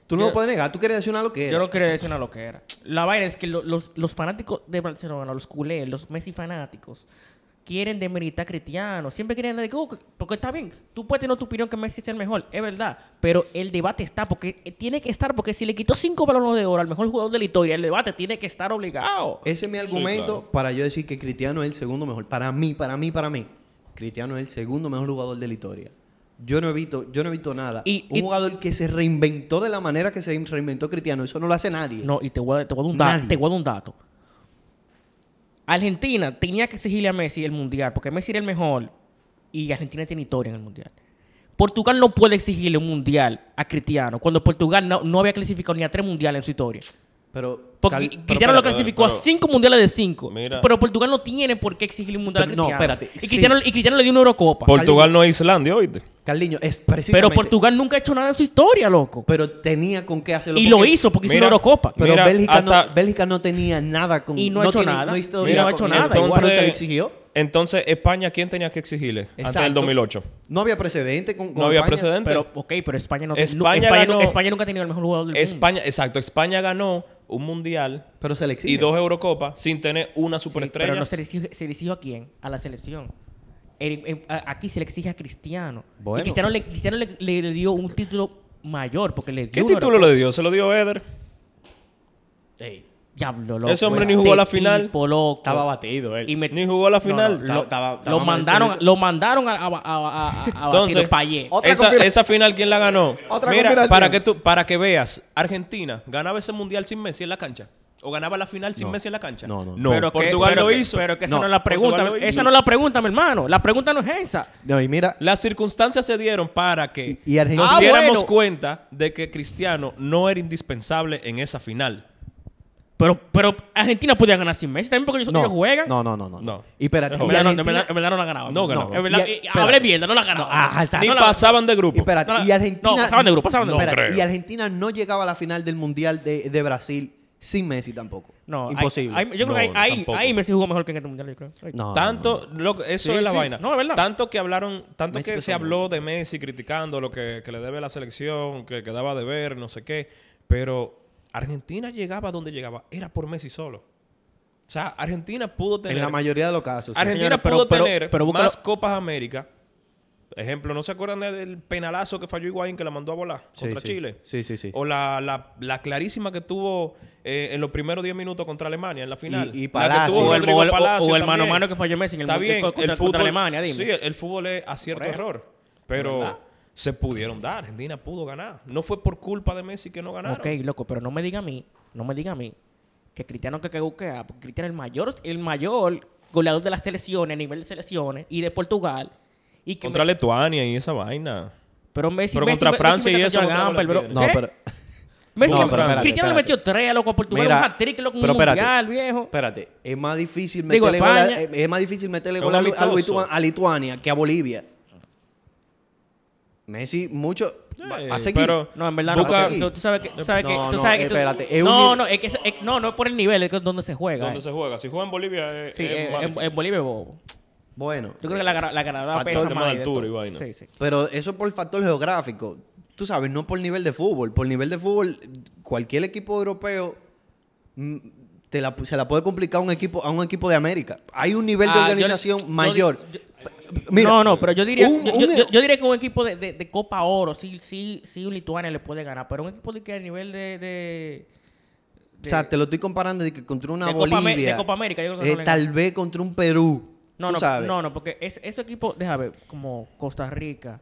S1: Tú no
S2: Yo-
S1: lo puedes negar, tú querías decir una loquera.
S2: Yo no quiero decir una loquera. La vaina es que lo- los, los fanáticos de Barcelona, los culés, los Messi fanáticos, quieren demeritar a Cristiano. Siempre quieren decir, "Oh, que-". porque está bien, tú puedes tener tu opinión que Messi es el mejor, es verdad. Pero el debate está, porque eh, tiene que estar, porque si le quitó cinco balones de oro al mejor jugador de la historia, el debate tiene que estar obligado.
S1: Ese es mi argumento
S3: claro.
S1: para yo decir que Cristiano es el segundo mejor. Para mí, para mí, para mí. Cristiano es el segundo mejor jugador de la historia. Yo no he visto, yo no he visto nada.
S2: Y-
S1: un
S2: y-
S1: jugador que se reinventó de la manera que se reinventó Cristiano, eso no lo hace nadie.
S2: No, y te voy a, te voy a dar un
S1: Nadie.
S2: dato. Te voy a dar un dato. Argentina tenía que exigirle a Messi el mundial, porque Messi era el mejor y Argentina tiene historia en el mundial. Portugal no puede exigirle un mundial a Cristiano cuando Portugal no, no había clasificado ni a tres mundiales en su historia.
S1: Pero
S2: Porque
S1: Cal- pero
S2: Cristiano lo
S1: espérate,
S2: clasificó
S3: pero-
S2: a cinco mundiales de cinco.
S3: Mira.
S2: Pero Portugal no tiene por qué exigirle un mundial
S1: Pero
S2: a
S1: no,
S2: Cristiano.
S1: espérate,
S2: Y Cristiano, y Cristiano le dio una Eurocopa.
S3: Portugal no es Islandia, oíste.
S1: Carliño, es
S2: Pero
S1: precisamente.
S2: Portugal nunca ha hecho nada en su historia, loco.
S1: Pero tenía con qué hacerlo.
S2: Y lo
S1: porque-
S2: hizo porque hizo
S3: Mira,
S2: una Eurocopa.
S1: Pero
S3: Mira,
S1: Bélgica, no,
S3: hasta-
S1: Bélgica no tenía nada con
S2: Y no ha hecho
S1: tiene-
S2: nada.
S1: No, hizo-
S2: Mira, no ha
S1: con-
S2: hecho nada,
S1: entonces-
S2: igual.
S1: por eso se le exigió.
S3: entonces, España, ¿quién tenía que exigirle? Antes del
S1: Exacto.
S3: 2008.
S1: No había precedente con, con
S3: No había
S1: España.
S3: precedente.
S2: Pero, ok, pero España no
S3: España
S2: España,
S3: ganó-
S2: nu- España nunca ha tenido el mejor jugador del mundo.
S3: España, exacto. España ganó un mundial
S1: Pero se le exige.
S3: y dos Eurocopas sin tener una
S2: Sí,
S3: superestrella.
S2: Pero no se le, exige, se le exige a quién? A la selección. El- el- a- aquí se le exige a Cristiano.
S1: Bueno.
S2: Y Cristiano, le, Cristiano le, le- le dio un título mayor porque le dio
S3: ¿Qué
S2: una
S3: título
S2: Eurocopa.
S3: le dio? Se lo dio Eder.
S1: Ey,
S2: Diablo, loco.
S3: Ese hombre ni
S2: Este
S3: jugó la final.
S2: tipo, loco.
S1: estaba batido él.
S2: Y me-
S3: Ni jugó la
S2: No,
S3: final.
S2: no,
S1: Ta-
S2: lo,
S1: Eh, estaba-
S2: lo
S1: estaba mal,
S2: mandaron,
S1: se le hizo-
S2: lo mandaron a, a, a- a- a- a
S3: Entonces,
S2: batir pa' allí.
S1: Otra
S3: esa,
S1: combina-
S3: esa final, ¿quién la ganó?
S1: Otra
S3: Mira,
S1: combinación.
S3: para que, tú, para que veas, Argentina ganaba ese mundial sin Messi en la cancha. ¿O ganaba la final sin
S1: No.
S3: Messi en la cancha?
S1: No, no, no.
S2: Pero que-
S3: Portugal
S2: pero
S3: lo
S2: que-
S3: hizo.
S2: Pero que esa
S1: No,
S2: no, es la pregunta.
S3: Portugal lo hizo.
S2: Esa no es la pregunta, mi hermano. La pregunta no es esa.
S1: No, y mira,
S3: Las circunstancias se dieron para que
S1: Y- y Argentina-
S3: nos
S2: Ah,
S3: diéramos
S2: bueno.
S3: cuenta de que Cristiano no era indispensable en esa final.
S2: Pero, pero Argentina podía ganar sin Messi también porque ellos ellos juegan.
S1: No, no, no, no.
S3: No.
S1: Y espérate,
S3: No,
S2: En
S1: y
S2: verdad, no, en
S1: Argentina-
S2: verdad- en verdad no la ganaba.
S3: No ganaba.
S2: En verdad,
S1: Y-
S2: eh,
S1: espérate.
S2: hablé mierda, no la
S1: No,
S2: ganaba.
S1: ajá, exacto.
S3: Ni
S1: No,
S2: la-
S3: pasaban de
S1: y
S3: grupo.
S1: espérate,
S2: no la-
S1: y Argentina.
S2: no, pasaban de grupo, pasaban de
S3: grupo.
S1: espérate,
S3: No creo.
S1: Y Argentina no llegaba a la final del Mundial de, de Brasil sin Messi tampoco.
S2: No, ahí-
S1: Imposible.
S2: ahí- yo creo
S3: No,
S2: que ahí, ahí,
S3: tampoco.
S2: ahí Messi jugó mejor que en este mundial, yo creo. Ahí.
S1: No, no, no.
S3: Tanto, lo- eso
S2: Sí,
S3: es la
S2: sí.
S3: vaina.
S2: No, es verdad.
S3: Tanto que hablaron, tanto
S1: Messi
S3: que
S1: pesó
S3: se habló
S1: mucho.
S3: de Messi criticando lo que, que le debe la selección, que quedaba de ver, no sé qué. Pero Argentina llegaba donde llegaba, era por Messi solo. O sea, Argentina pudo tener.
S1: En la mayoría de los casos. sí.
S3: Argentina
S2: señores, pero-
S3: pudo
S2: pero-
S3: tener
S2: pero búscalo-
S3: más Copas América. Ejemplo, ¿no se acuerdan del penalazo que falló Higuaín que la mandó a volar
S1: Sí,
S3: contra
S1: sí,
S3: Chile?
S1: Sí, sí, sí.
S3: O la, la- la clarísima que tuvo eh, en los primeros 10 minutos contra Alemania en la final.
S1: Y- y
S3: La que
S1: Palacio.
S3: tuvo
S2: O el,
S3: Rodrigo
S2: o el- o-
S3: Palacio
S2: o el mano a
S3: también.
S2: mano que falló Messi en el
S3: Está
S2: mundial
S3: bien,
S2: contra,
S3: el
S2: contra
S3: fútbol,
S2: Alemania, dime.
S3: Sí, el, el fútbol es acierto
S2: Correcto.
S3: error. Pero
S2: ¿Verdad?
S3: se pudieron dar. Argentina pudo ganar. No fue por culpa de Messi que no ganaron.
S2: ok, loco, pero no me diga a mí, no me diga a mí que Cristiano que cagukea, porque Cristiano es el mayor, el mayor goleador de las selecciones, a nivel de selecciones, y de Portugal. Y que
S3: Contra
S2: me-
S3: Letoania y esa vaina.
S2: pero Messi,
S3: pero
S2: Messi-
S3: contra
S2: Messi
S3: Francia
S2: me
S3: y
S2: cayó
S3: eso
S2: a
S3: no te lo
S2: Gamper, bro.
S3: tiene.
S1: No,
S2: ¿Qué?
S1: pero.
S2: Messi,
S1: No, pero espérate,
S2: Cristiano le
S1: espérate.
S2: metió tres a loco a Portugal,
S1: Mira,
S2: un hat-trick, loco, un
S1: pero espérate.
S2: mundial, viejo.
S1: Espérate, es más difícil
S2: Digo,
S1: meterle gol a,
S2: España.
S1: eh, es más difícil meterle
S3: Es
S1: gol a,
S3: un
S1: Lu- a
S3: amistoso.
S1: Litua- a Lituania que a Bolivia. Messi, mucho. va-
S3: Eh,
S1: hace aquí.
S3: pero-
S2: No, en verdad
S1: Busca-
S2: no. porque Tú, tú sabes que, tú sabes que,
S1: No,
S2: tú
S1: no,
S2: sabes que
S1: eh,
S2: tú-
S1: espérate, es un
S2: no,
S1: nivel-
S2: no, es que es- es- no, no es por el nivel, es que es donde se juega.
S3: ¿Dónde
S2: eh.
S3: se juega? Si juega en Bolivia, es,
S2: Sí,
S3: es
S2: eh,
S3: más
S2: en,
S3: difícil.
S2: en Bolivia es bobo.
S1: Bueno,
S2: Yo creo que la, gra- la Granada
S1: Factor
S2: pesa
S1: tema
S2: más.
S3: de
S2: y de
S3: altura y
S2: todo.
S3: vaina.
S2: Sí, sí.
S1: pero eso es por factor geográfico. Tú sabes, no por nivel de fútbol. Por nivel de fútbol, cualquier equipo europeo mm, te la, se la puede complicar a un equipo, a un equipo de América. Hay un nivel de
S2: Ah, yo-
S1: organización
S2: yo-
S1: mayor.
S2: yo-
S1: P- mira,
S2: no, no, pero yo diría,
S1: un-
S2: yo, yo-
S1: un- e-
S2: yo- yo diría que un equipo de, de- de Copa Oro, sí, sí, sí, un Lituania le puede ganar, pero un equipo de que a nivel de, de-
S1: O sea, te lo estoy comparando de que contra una
S2: de Copa
S1: Bolivia.
S2: Amé- de Copa América, yo creo que
S1: eh,
S2: no le
S1: tal
S2: gana.
S1: vez contra un Perú.
S2: No,
S1: tú
S2: no,
S1: sabes.
S2: no, no, porque es, esos equipos, déjame ver, como Costa Rica,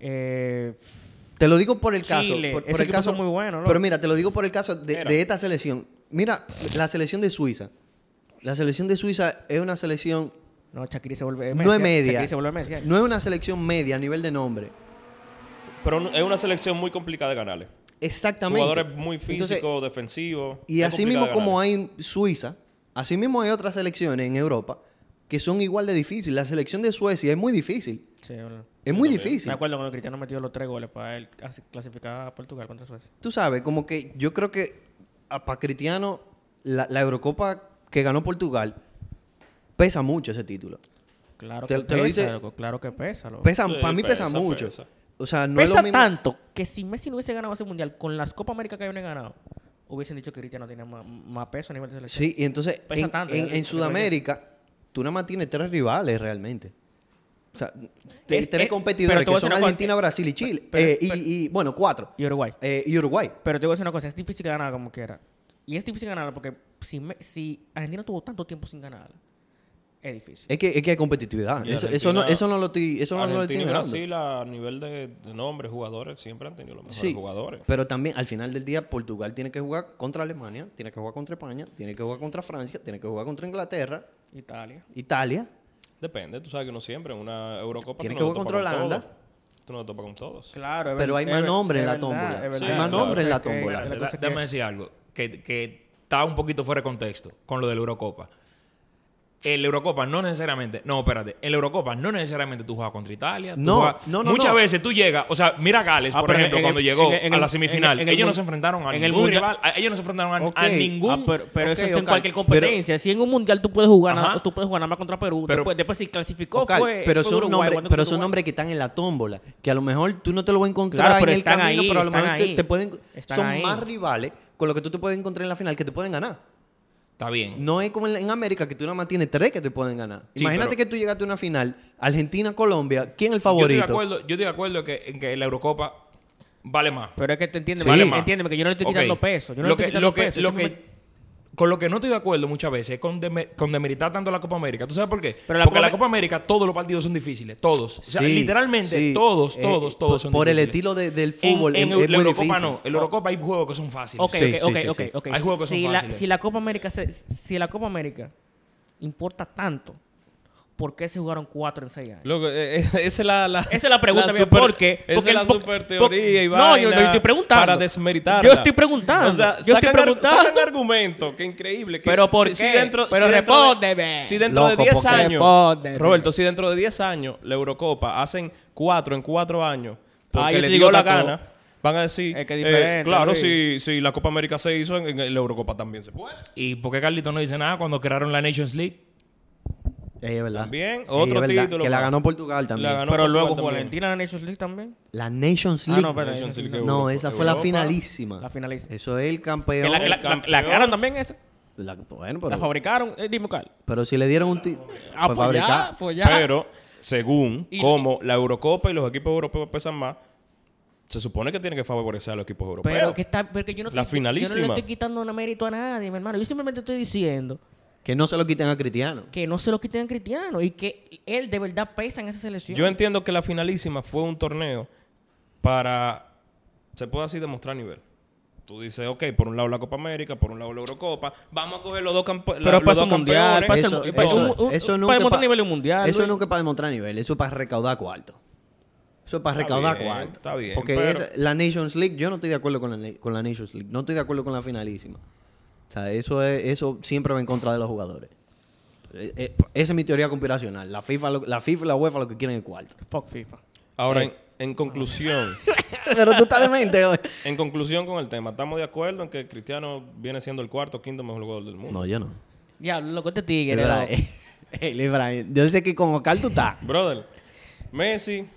S2: eh,
S1: Te lo digo por el
S2: Chile,
S1: caso. Por, por
S2: esos
S1: el
S2: equipos
S1: caso
S2: son muy buenos, loco.
S1: Pero mira, te lo digo por el caso de,
S3: Era.
S1: de esta selección. Mira, la selección de Suiza. La selección de Suiza es una selección.
S2: no, Shakiri se vuelve
S1: no es
S2: Messi,
S1: media.
S2: Shakiri se vuelve Messi. eh.
S1: No es una selección media a nivel de nombre.
S3: Pero un- es una selección muy complicada de ganarle.
S1: Exactamente.
S3: Jugadores muy
S1: Entonces,
S3: físicos, defensivos.
S1: y
S3: es
S1: así mismo
S3: complicado de
S1: como
S3: ganarle.
S1: hay en Suiza, así mismo hay otras selecciones en Europa que son igual de difíciles. La selección de Suecia es muy difícil.
S2: Sí, bueno.
S1: Es muy
S3: también.
S1: difícil.
S2: Me acuerdo cuando Cristiano metió los tres goles para él casi- clasificar a Portugal contra Suecia.
S1: Tú sabes, como que yo creo que para Cristiano, la, la Eurocopa que ganó Portugal, pesa mucho ese título.
S2: Claro
S1: Te-
S2: que
S1: te
S2: pesa,
S1: lo dice-
S2: loco, claro que pesa. loco.
S1: Pesa,
S3: Sí,
S1: para mí pesa,
S3: pesa,
S1: mucho.
S3: pesa.
S1: O sea, no es
S2: Pesa
S1: lo mismo.
S2: tanto que si Messi no hubiese ganado ese mundial con las Copa América que habían ganado, hubiesen dicho que Cristiano tenía más, más peso a nivel de selección.
S1: Sí, y entonces
S2: Pesa
S1: en,
S2: tanto,
S1: en-
S2: ya
S1: en
S2: lo dije,
S1: Sudamérica, tú nada más tienes tres rivales realmente. O sea, te-
S2: Es-
S1: tres
S2: es- pero
S1: competidores
S2: te voy a
S1: que
S2: decir
S1: son
S2: una cosa,
S1: Argentina, Brasil y Chile.
S2: pero-
S1: Eh, y- y, bueno, cuatro.
S2: Y Uruguay.
S1: Eh, y Uruguay.
S2: Pero te voy a decir una cosa, es difícil ganar como quiera. Y es difícil ganar porque si, me- si Argentina tuvo tanto tiempo sin ganar, es difícil.
S1: Es que, es que hay competitividad.
S3: Y
S1: Eso, eso no,
S3: Argentina-
S1: eso no lo estoy, eso no lo
S3: Argentina
S1: estoy
S3: y
S1: negando.
S3: Brasil a nivel de, de nombres, jugadores, siempre han tenido los mejores
S1: Sí,
S3: jugadores.
S1: pero también al final del día Portugal tiene que jugar contra Alemania, tiene que jugar contra España, tiene que jugar contra Francia, tiene que jugar contra Inglaterra,
S2: Italia.
S1: Italia.
S3: Depende, tú sabes que no siempre. En una Eurocopa
S1: Tiene
S3: tú
S1: que
S3: no te
S1: jugar
S3: topas
S1: contra
S3: con
S1: Holanda.
S3: todos. Tú no te topas con todos.
S2: Claro, es
S1: Pero
S2: ver-
S1: hay
S2: es
S1: más
S2: ver-
S1: nombres
S2: es
S1: en la
S2: verdad,
S1: tómbola.
S2: es verdad.
S3: Hay más
S1: nombres en la
S2: Que- que-
S1: tómbola.
S2: que la
S4: Espérate,
S2: cosa
S4: da-
S2: es que-
S4: Eh, déjame decir algo que, que está un poquito fuera de contexto con lo de la Eurocopa. En la Eurocopa no necesariamente, no, espérate, en la Eurocopa no necesariamente tú juegas contra Italia. tú
S1: No,
S4: juegas-
S1: no, no,
S4: Muchas
S1: no.
S4: veces tú llegas, o sea, mira a Gales,
S2: Ah,
S4: por
S2: pero
S4: ejemplo,
S2: en el-
S4: cuando llegó
S2: en el- en
S4: a
S2: el-
S4: la semifinal,
S2: en el- en el
S4: ellos no
S2: mun-
S4: se enfrentaron a
S2: en el
S4: ningún
S2: mundial-
S4: rival, a- ellos no se enfrentaron a, a
S1: Ok. pues-
S4: ningún.
S2: Ah, pero pero eso
S1: Ok,
S2: es en
S1: Ocal.
S2: cualquier competencia. Si en un mundial tú puedes jugar, nada-
S4: Ajá.
S2: tú puedes jugar nada más contra Perú.
S4: Pero-
S2: después, después si clasificó
S1: Ocal,
S2: fue
S1: pero
S2: fue
S1: son
S2: Uruguay,
S1: nombres,
S2: jugando
S1: pero
S2: contra
S1: son
S2: Uruguay.
S1: nombres que están en la tómbola, que a lo mejor tú no te lo vas a encontrar
S2: Claro, pero
S1: en el
S2: están
S1: camino,
S2: ahí,
S1: pero a lo
S2: están
S1: mejor te,
S2: ahí,
S1: te pueden
S2: están
S1: son
S2: ahí.
S1: más rivales con lo que tú te puedes encontrar en la final que te pueden ganar.
S4: Está bien.
S1: No es como en, en América que tú nada más tienes tres que te pueden ganar.
S4: Sí,
S1: Imagínate
S4: pero-
S1: que tú llegaste a una final, Argentina, Colombia, ¿quién es el favorito?
S4: Yo estoy de acuerdo, yo estoy de acuerdo que, en que la Eurocopa vale más.
S2: Pero es que te entiendes,
S4: Sí. Vale más.
S2: entiéndeme que yo no le estoy
S4: Ok.
S2: quitando peso. Yo no
S4: Lo
S2: le
S4: que-
S2: estoy
S4: lo
S2: quitando
S4: que-
S2: peso.
S4: lo
S2: yo
S4: que-
S2: simplemente-
S4: Con lo que no estoy de acuerdo muchas veces es con, deme- con demeritar tanto la Copa América. ¿Tú sabes por qué?
S2: Pero la
S4: Porque
S2: Copa
S4: la
S2: Amé-
S4: Copa América todos los partidos son difíciles. Todos. O sea,
S1: Sí,
S4: literalmente
S1: sí.
S4: todos,
S1: Eh,
S4: todos,
S1: eh,
S4: todos
S1: por-
S4: son
S1: Por el
S4: difíciles.
S1: estilo de- del
S4: En-
S1: fútbol,
S4: en
S1: es-
S4: Eu-
S1: es
S4: la
S1: muy
S4: Eurocopa
S1: difícil.
S4: no. En la Eurocopa hay juegos que son fáciles.
S2: Ok,
S1: Sí,
S2: ok,
S1: sí,
S2: ok,
S1: sí,
S2: ok,
S1: sí.
S2: ok.
S4: Hay juegos que
S2: si
S4: son
S2: la,
S4: fáciles.
S2: si la Copa América se- si la Copa América importa tanto, ¿por qué se jugaron cuatro en seis años?
S3: Loco, eh, eh, esa es la, la-
S2: Esa es la pregunta, mía,
S3: super-
S2: ¿por qué?
S3: Esa
S2: Porque-
S3: es la
S2: por-
S3: super
S2: por-
S3: teoría y
S2: no, yo-
S3: vaina
S2: yo estoy preguntando.
S3: Para desmeritarla.
S2: Yo estoy preguntando,
S3: O sea,
S2: yo estoy
S3: sacan ar-
S2: preguntando.
S3: sacan argumentos, que increíble. que-
S2: Pero ¿por
S3: si- si
S2: qué?
S3: dentro-
S2: Pero
S3: si dentro de-
S2: respóndeme.
S3: si dentro de
S1: Loco,
S3: 10
S1: porque-
S3: años,
S2: Respóndeme.
S3: Roberto, si dentro de 10 años la Eurocopa hacen 4 en 4 años porque
S2: Ah, yo
S3: le
S2: te
S3: dio
S2: digo
S3: la
S2: otra
S3: gana,
S2: cosa.
S3: van a decir,
S2: Es que
S3: eh,
S2: diferente,
S3: claro,
S2: Luis.
S3: si, si la Copa América se hizo, en, en la Eurocopa también se puede.
S4: ¿Y por qué Carlito no dice nada cuando crearon la Nations League?
S1: Eh, es verdad.
S3: También,
S1: Eh,
S3: otro
S1: es verdad,
S3: título
S1: Que la
S3: más.
S1: ganó Portugal también.
S3: La ganó
S2: pero
S3: Portugal
S2: luego jugó
S3: también.
S2: Valentina en la Nations League también.
S1: La Nations
S2: Ah,
S1: League.
S2: no,
S1: no,
S2: espera,
S3: Nations
S2: Nations
S3: League
S2: League.
S3: Europa-
S1: esa fue la
S3: Europa.
S1: finalísima.
S2: La finalísima.
S1: Eso es el
S2: Que
S1: campeón.
S2: la, que la,
S3: El
S2: la- la
S3: campeón.
S2: crearon también esa.
S1: La- bueno,
S2: La
S1: pero,
S2: fabricaron, eh, dime Carl.
S4: Pues
S1: pero si le dieron un ti-
S2: Ah,
S1: fue
S2: pues ya,
S1: fabricada.
S2: pues ya.
S3: Pero, según
S2: Y-
S3: como la Eurocopa y los equipos europeos pesan más, se supone que tienen que favorecer a los equipos europeos.
S2: Pero que está, pero que yo no,
S3: La
S2: estoy- yo no le
S3: finalísima.
S2: estoy quitando un mérito a nadie, mi hermano. Yo simplemente estoy diciendo
S1: Que no se lo quiten a Cristiano.
S2: que no se lo quiten a Cristiano y que él de verdad pesa en esa selección.
S3: Yo entiendo que la finalísima fue un torneo para, se puede así demostrar nivel. Tú dices, ok, por un lado la Copa América, por un lado la Eurocopa, vamos a coger los dos, campe- la-
S2: Pero
S3: los
S2: para
S3: dos
S2: su mundial,
S3: campeones.
S2: para
S1: Eso,
S2: el- y
S1: eso-
S2: un- un-
S1: eso
S2: para
S1: nunca
S2: demostrar
S1: pa-
S2: nivel mundial,
S1: Eso
S2: Luis.
S1: nunca es para demostrar nivel. Eso es para recaudar cuarto. Eso es para
S3: Está
S1: recaudar
S3: bien,
S1: cuarto.
S3: está bien,
S1: Porque
S3: pero-
S1: es la Nations League, yo no estoy de acuerdo con la, Na- con la Nations League. No estoy de acuerdo con la finalísima. O sea, eso, es, eso siempre va en contra de los jugadores. Eh, eh, Esa es mi teoría conspiracional. La FIFA, lo- la FIFA y la UEFA lo que quieren es cuarto.
S2: Fuck FIFA.
S3: Ahora,
S2: Eh.
S3: en, en conclusión,
S1: Pero tú estás de mente hoy.
S3: en conclusión con el tema, ¿estamos de acuerdo en que Cristiano viene siendo el cuarto o quinto mejor jugador del mundo?
S1: No, yo no.
S2: Diablo, loco, este
S1: El
S2: tigre.
S1: Bra-
S2: loco.
S1: el Ibrahim. Yo sé que con Ocal tú estás.
S3: Brother, Messi,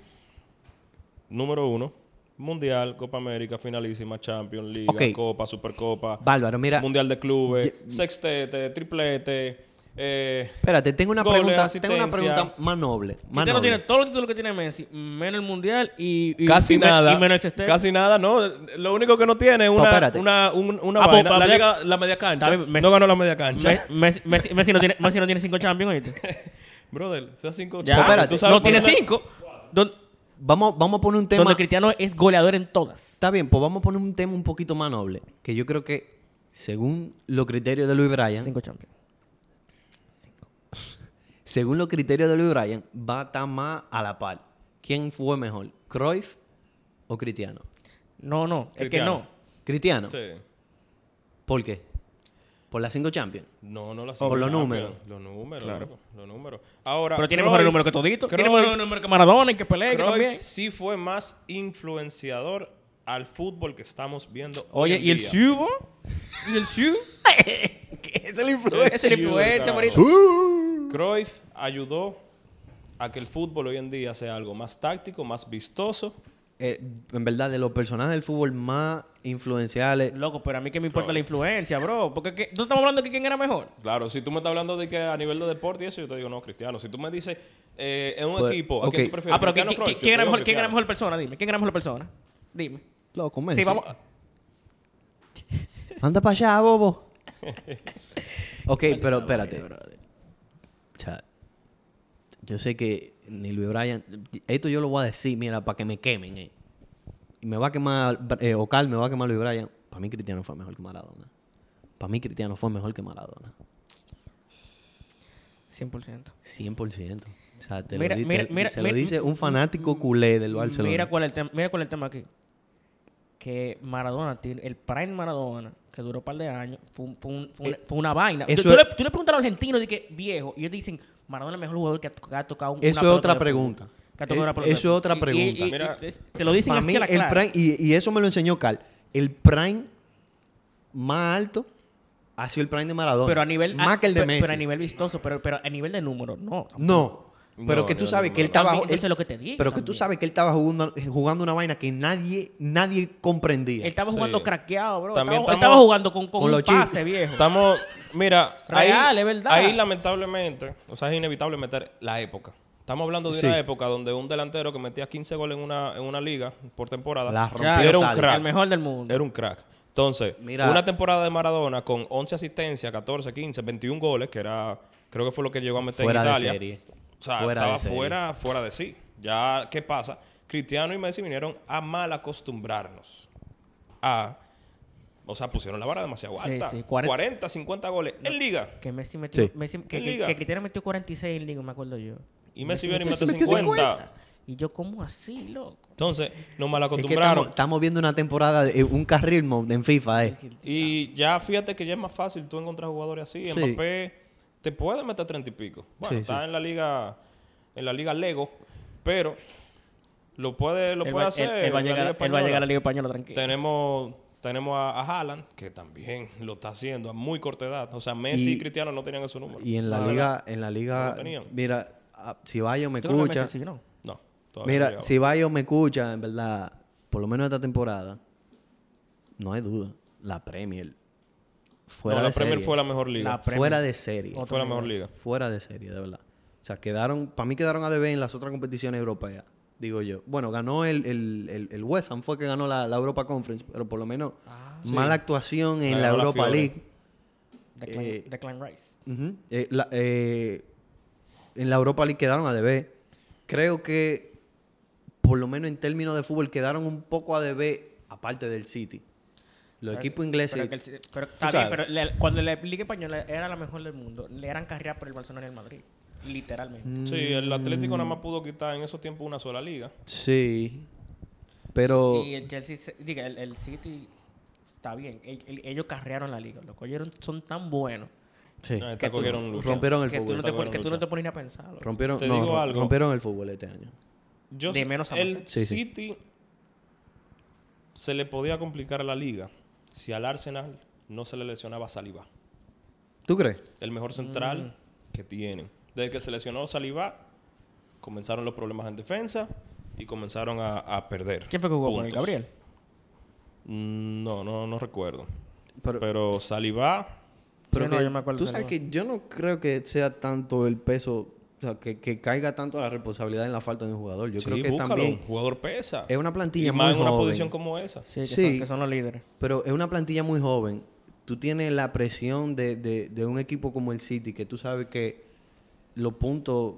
S3: número uno. Mundial, Copa América, finalísima, Champions League,
S1: Ok.
S3: Copa, Supercopa,
S1: Bárbaro, mira.
S3: Mundial de Clubes, sextete, triplete, eh,
S1: Espérate, tengo una
S3: Goles,
S1: pregunta, tengo una
S3: asistencia.
S1: pregunta más noble. Más
S2: Cristiano
S1: noble.
S2: tiene todos los títulos que tiene Messi, menos el Mundial y... y-
S3: casi
S2: y me-
S3: nada.
S2: Y menos el cesteo.
S3: Casi nada, no. Lo único que no tiene es
S1: No,
S3: una,
S1: espérate.
S3: una, un- una
S2: Ah, pues,
S3: vaina.
S2: para
S3: La,
S2: mí-
S3: llega- la media cancha.
S2: Está bien, Messi-
S3: No ganó la media cancha.
S2: Me- Messi, Messi- Messi no tiene, Messi no tiene cinco Champions, ¿oíste?
S3: Brother, sea cinco
S2: Ya.
S3: Champions.
S1: espérate.
S3: ¿Tú sabes
S2: No
S3: por
S2: tiene
S3: qué la-
S2: cinco. Don-
S1: Vamos, vamos a poner un tema.
S2: Donde Cristiano es goleador en todas.
S1: Está bien, pues vamos a poner un tema un poquito más noble. Que yo creo que, según los criterios de Luis Bryan,
S2: Cinco Champions.
S1: según los criterios de Luis Bryan, va a estar más a la par. ¿Quién fue mejor? ¿Cruyff o Cristiano?
S2: No, no, es que
S3: Cristiano.
S2: no.
S1: Cristiano.
S3: Sí.
S1: ¿Por qué? Por las cinco Champions.
S3: No, no la
S1: Por los
S3: Champions.
S1: números.
S3: Los números,
S2: Claro.
S3: loco, los números. Ahora,
S2: Pero tiene
S3: Cruyff-
S2: mejor número que todito. Tiene
S3: Cruyff-
S2: mejor número que Maradona y que Pelé y que
S3: Cruyff
S2: también.
S3: sí fue más influenciador al fútbol que estamos viendo
S2: Oye,
S3: hoy en
S2: ¿y el
S3: día.
S2: Subo? ¿Y el Subo?
S1: es el influencer.
S2: Es el
S3: Subo,
S2: influencer,
S3: carajo.
S2: marito.
S3: Cruyff ayudó a que el fútbol hoy en día sea algo más táctico, más vistoso.
S1: Eh, en verdad, de los personajes del fútbol más influenciales.
S2: Loco, pero a mí que me importa la influencia, bro. Porque que- no estamos hablando de que quién era mejor.
S3: Claro, si tú me estás hablando de que a nivel de deporte y eso, yo te digo, no, Cristiano. Si tú me dices, eh, en un
S1: Pues,
S3: equipo, ¿a
S1: ok.
S3: quién tú prefieres?
S2: Ah, pero ¿quién, quién-
S3: ¿Cristiano Cruyff?
S2: quién
S3: Yo te
S2: era
S3: digo
S2: mejor, quién era
S3: Cristiano.
S2: mejor persona? Dime, ¿quién era mejor persona? Dime.
S1: Loco, Messi.
S2: Sí, vamos.
S1: Anda para allá, bobo. ok, pero espérate. O sea, yo sé que ni Luis Bryan. Esto yo lo voy a decir, mira, para que me quemen. eh. Y me va a quemar. Eh, Ocal me va a quemar Luis Bryan. Para mí, Cristiano fue mejor que Maradona. Para mí, Cristiano fue mejor que Maradona.
S2: 100%.
S1: 100%. O sea, te
S2: Mira,
S1: lo, di-
S2: mira,
S1: te-
S2: mira,
S1: se
S2: mira.
S1: lo dice un fanático culé del Barcelona.
S2: Mira cuál, es el tema, mira cuál es el tema aquí. Que Maradona, tiene- el Prime Maradona, que duró un par de años, fue, un- fue un- fue una,
S1: Eh,
S2: fue una vaina.
S1: eso
S2: tú, le,
S1: es-
S2: tú le preguntas a los argentinos de que viejo, y ellos te dicen, Maradona es el mejor jugador que ha, to- que ha tocado un
S1: Eso es otra pregunta. Eh, eso es otra pregunta.
S3: Mira.
S2: te lo dicen
S1: Para
S2: así
S1: mí,
S2: a la
S1: el
S2: clara.
S1: prime, y, y eso me lo enseñó Carl, el prime más alto ha sido el prime de Maradona.
S2: pero a nivel ah,
S1: Más que el de
S2: pero-
S1: Messi.
S2: Pero a nivel vistoso, pero, pero a nivel de número, no.
S1: No. Pero
S3: No,
S1: que
S3: a
S1: tú
S3: nivel
S1: sabes
S3: de
S1: que él estaba...
S3: Maradona.
S2: También,
S1: él-
S2: eso es lo que te digo
S1: Pero que tú
S2: también.
S1: sabes que él estaba jugando, jugando una vaina que nadie, nadie comprendía.
S2: Él estaba
S3: Sí.
S2: jugando craqueado, bro.
S3: También
S2: estaba,
S3: estamos-
S2: estaba jugando con, con,
S1: con
S2: un
S1: los chips.
S2: pase, viejo.
S3: Estamos, mira,
S2: Real,
S3: ahí,
S2: es verdad.
S3: ahí lamentablemente, o sea, es inevitable meter la época. Estamos hablando de una época donde un delantero que metía 15 goles en una, en una liga por temporada
S1: La rompió,
S2: Ya,
S3: era un
S1: sale.
S3: crack.
S2: El mejor del mundo.
S3: era un crack. Entonces,
S1: Mira.
S3: una temporada de Maradona con 11 asistencias, 14, 15, 21 goles, que era, creo que fue lo que llegó a meter
S1: Fuera
S3: en
S1: de
S3: Italia.
S1: serie.
S3: O sea,
S1: Fuera de
S3: estaba
S1: serie.
S3: fuera, fuera de sí. Ya, ¿qué pasa? Cristiano y Messi vinieron a mal acostumbrarnos a... O sea, pusieron la vara demasiado
S2: Sí,
S3: alta.
S2: sí,
S3: 40,
S2: 40.
S3: 50 goles en liga.
S2: Que Messi metió,
S1: Sí.
S2: Messi- que,
S3: En
S2: que-
S3: liga.
S2: que Cristiano metió 46 en liga, me acuerdo yo.
S3: Y Messi viene y
S2: metió
S3: mete 50.
S2: Y yo, ¿cómo así, loco?
S3: Entonces, nos mal
S1: Es que estamos,
S3: acostumbraron.
S1: estamos viendo una temporada, de, eh, un carril mode en FIFA. eh.
S3: Y ya fíjate que ya es más fácil tú encontrar jugadores así.
S1: Sí.
S3: Mbappé te puede meter 30 y pico. Bueno,
S1: Sí,
S3: está
S1: sí.
S3: en la liga en la liga Lego, pero lo puede lo
S2: él,
S3: puede
S2: va,
S3: hacer.
S2: él- él va a
S3: en la
S2: llegar, él va a
S3: Liga
S2: llegar a la
S3: Española.
S2: Liga Española, tranquilo.
S3: Tenemos tenemos a, a Haaland, que también lo está haciendo a muy corta edad. O sea, Messi y,
S1: Y-
S3: Cristiano no tenían ese número.
S1: Y en la
S3: Ah,
S1: liga, en la liga,
S3: No lo tenían.
S1: mira, ah, si Bayo me
S2: Yo creo que
S1: escucha,
S2: Messi sí, ¿no?
S3: No, todavía no
S1: Mira,
S3: llegaba.
S1: si Bayo me escucha, en verdad, por lo menos esta temporada, no hay duda. La Premier. Fuera
S3: No,
S1: de
S3: la Premier
S1: serie.
S3: fue la mejor liga.
S2: La
S1: Fuera de serie.
S2: Otra
S3: Fue la mejor liga.
S1: Fuera de serie, de verdad. O sea, quedaron, para mí quedaron a deber en las otras competiciones europeas, digo yo. Bueno, ganó el, el, el- el West Ham, fue que ganó la, la Europa Conference, pero por lo menos
S3: Ah,
S1: mala actuación en
S3: La
S1: la
S3: ganó la
S1: Europa
S3: Fiore.
S1: League.
S2: Declan,
S1: Eh,
S2: Declan Rice.
S1: Ujú. Eh, la- eh, en la Europa League quedaron a deber. Creo que, por lo menos en términos de fútbol, quedaron un poco a deber, aparte del City.
S3: Eh,
S1: Los equipos ingleses.
S2: Pero, que el- pero está
S1: sabes.
S2: bien, pero le- cuando la Liga Española era la mejor del mundo, le eran carreras por el Barcelona y el Madrid. Literalmente.
S1: Mm.
S3: Sí, el Atlético nada más pudo quitar en esos tiempos una sola liga.
S1: Sí. Pero.
S2: Y el Chelsea, se- diga, el, el City está bien. El- el- ellos carrearon la liga. Los cogieron, son tan buenos.
S1: Sí.
S3: Ah,
S2: Que
S3: Esta
S2: tú-
S3: cogieron lucha.
S1: Rompieron el
S2: que tú,
S1: fútbol.
S2: no te,
S3: Bueno,
S2: pon- que tú
S3: lucha.
S2: no te pones ni a pensar. loco.
S1: Rompieron,
S3: Te
S1: no,
S3: digo
S1: rom-
S3: algo.
S1: rompieron el fútbol este año.
S3: Yo-
S2: De menos a
S3: El
S2: más.
S1: Sí, sí.
S3: City se le podía complicar a la liga si al Arsenal no se le lesionaba Saliba.
S1: ¿Tú crees?
S3: El mejor central
S2: Mm.
S3: que tienen. Desde que se lesionó Saliba, comenzaron los problemas en defensa y comenzaron a, a perder.
S2: ¿Quién fue que jugó con el
S3: puntos.
S2: Gabriel?
S3: Mm, No, no, no recuerdo.
S1: Pero-
S3: Pero, Saliba,
S2: Sí, no, yo me acuerdo
S1: tú
S2: de
S1: sabes
S2: no.
S1: que yo no creo que sea tanto el peso, o sea, que, que caiga tanto la responsabilidad en la falta de un jugador. Yo
S3: sí,
S1: creo que
S3: búscalo,
S1: también
S3: un jugador pesa.
S1: es una plantilla
S3: y más
S1: muy
S3: en una
S1: joven.
S3: posición como esa.
S2: Sí, que,
S1: Sí.
S2: Son, que son los líderes.
S1: Pero es una plantilla muy joven. Tú tienes la presión de, de- de un equipo como el City, que tú sabes que los puntos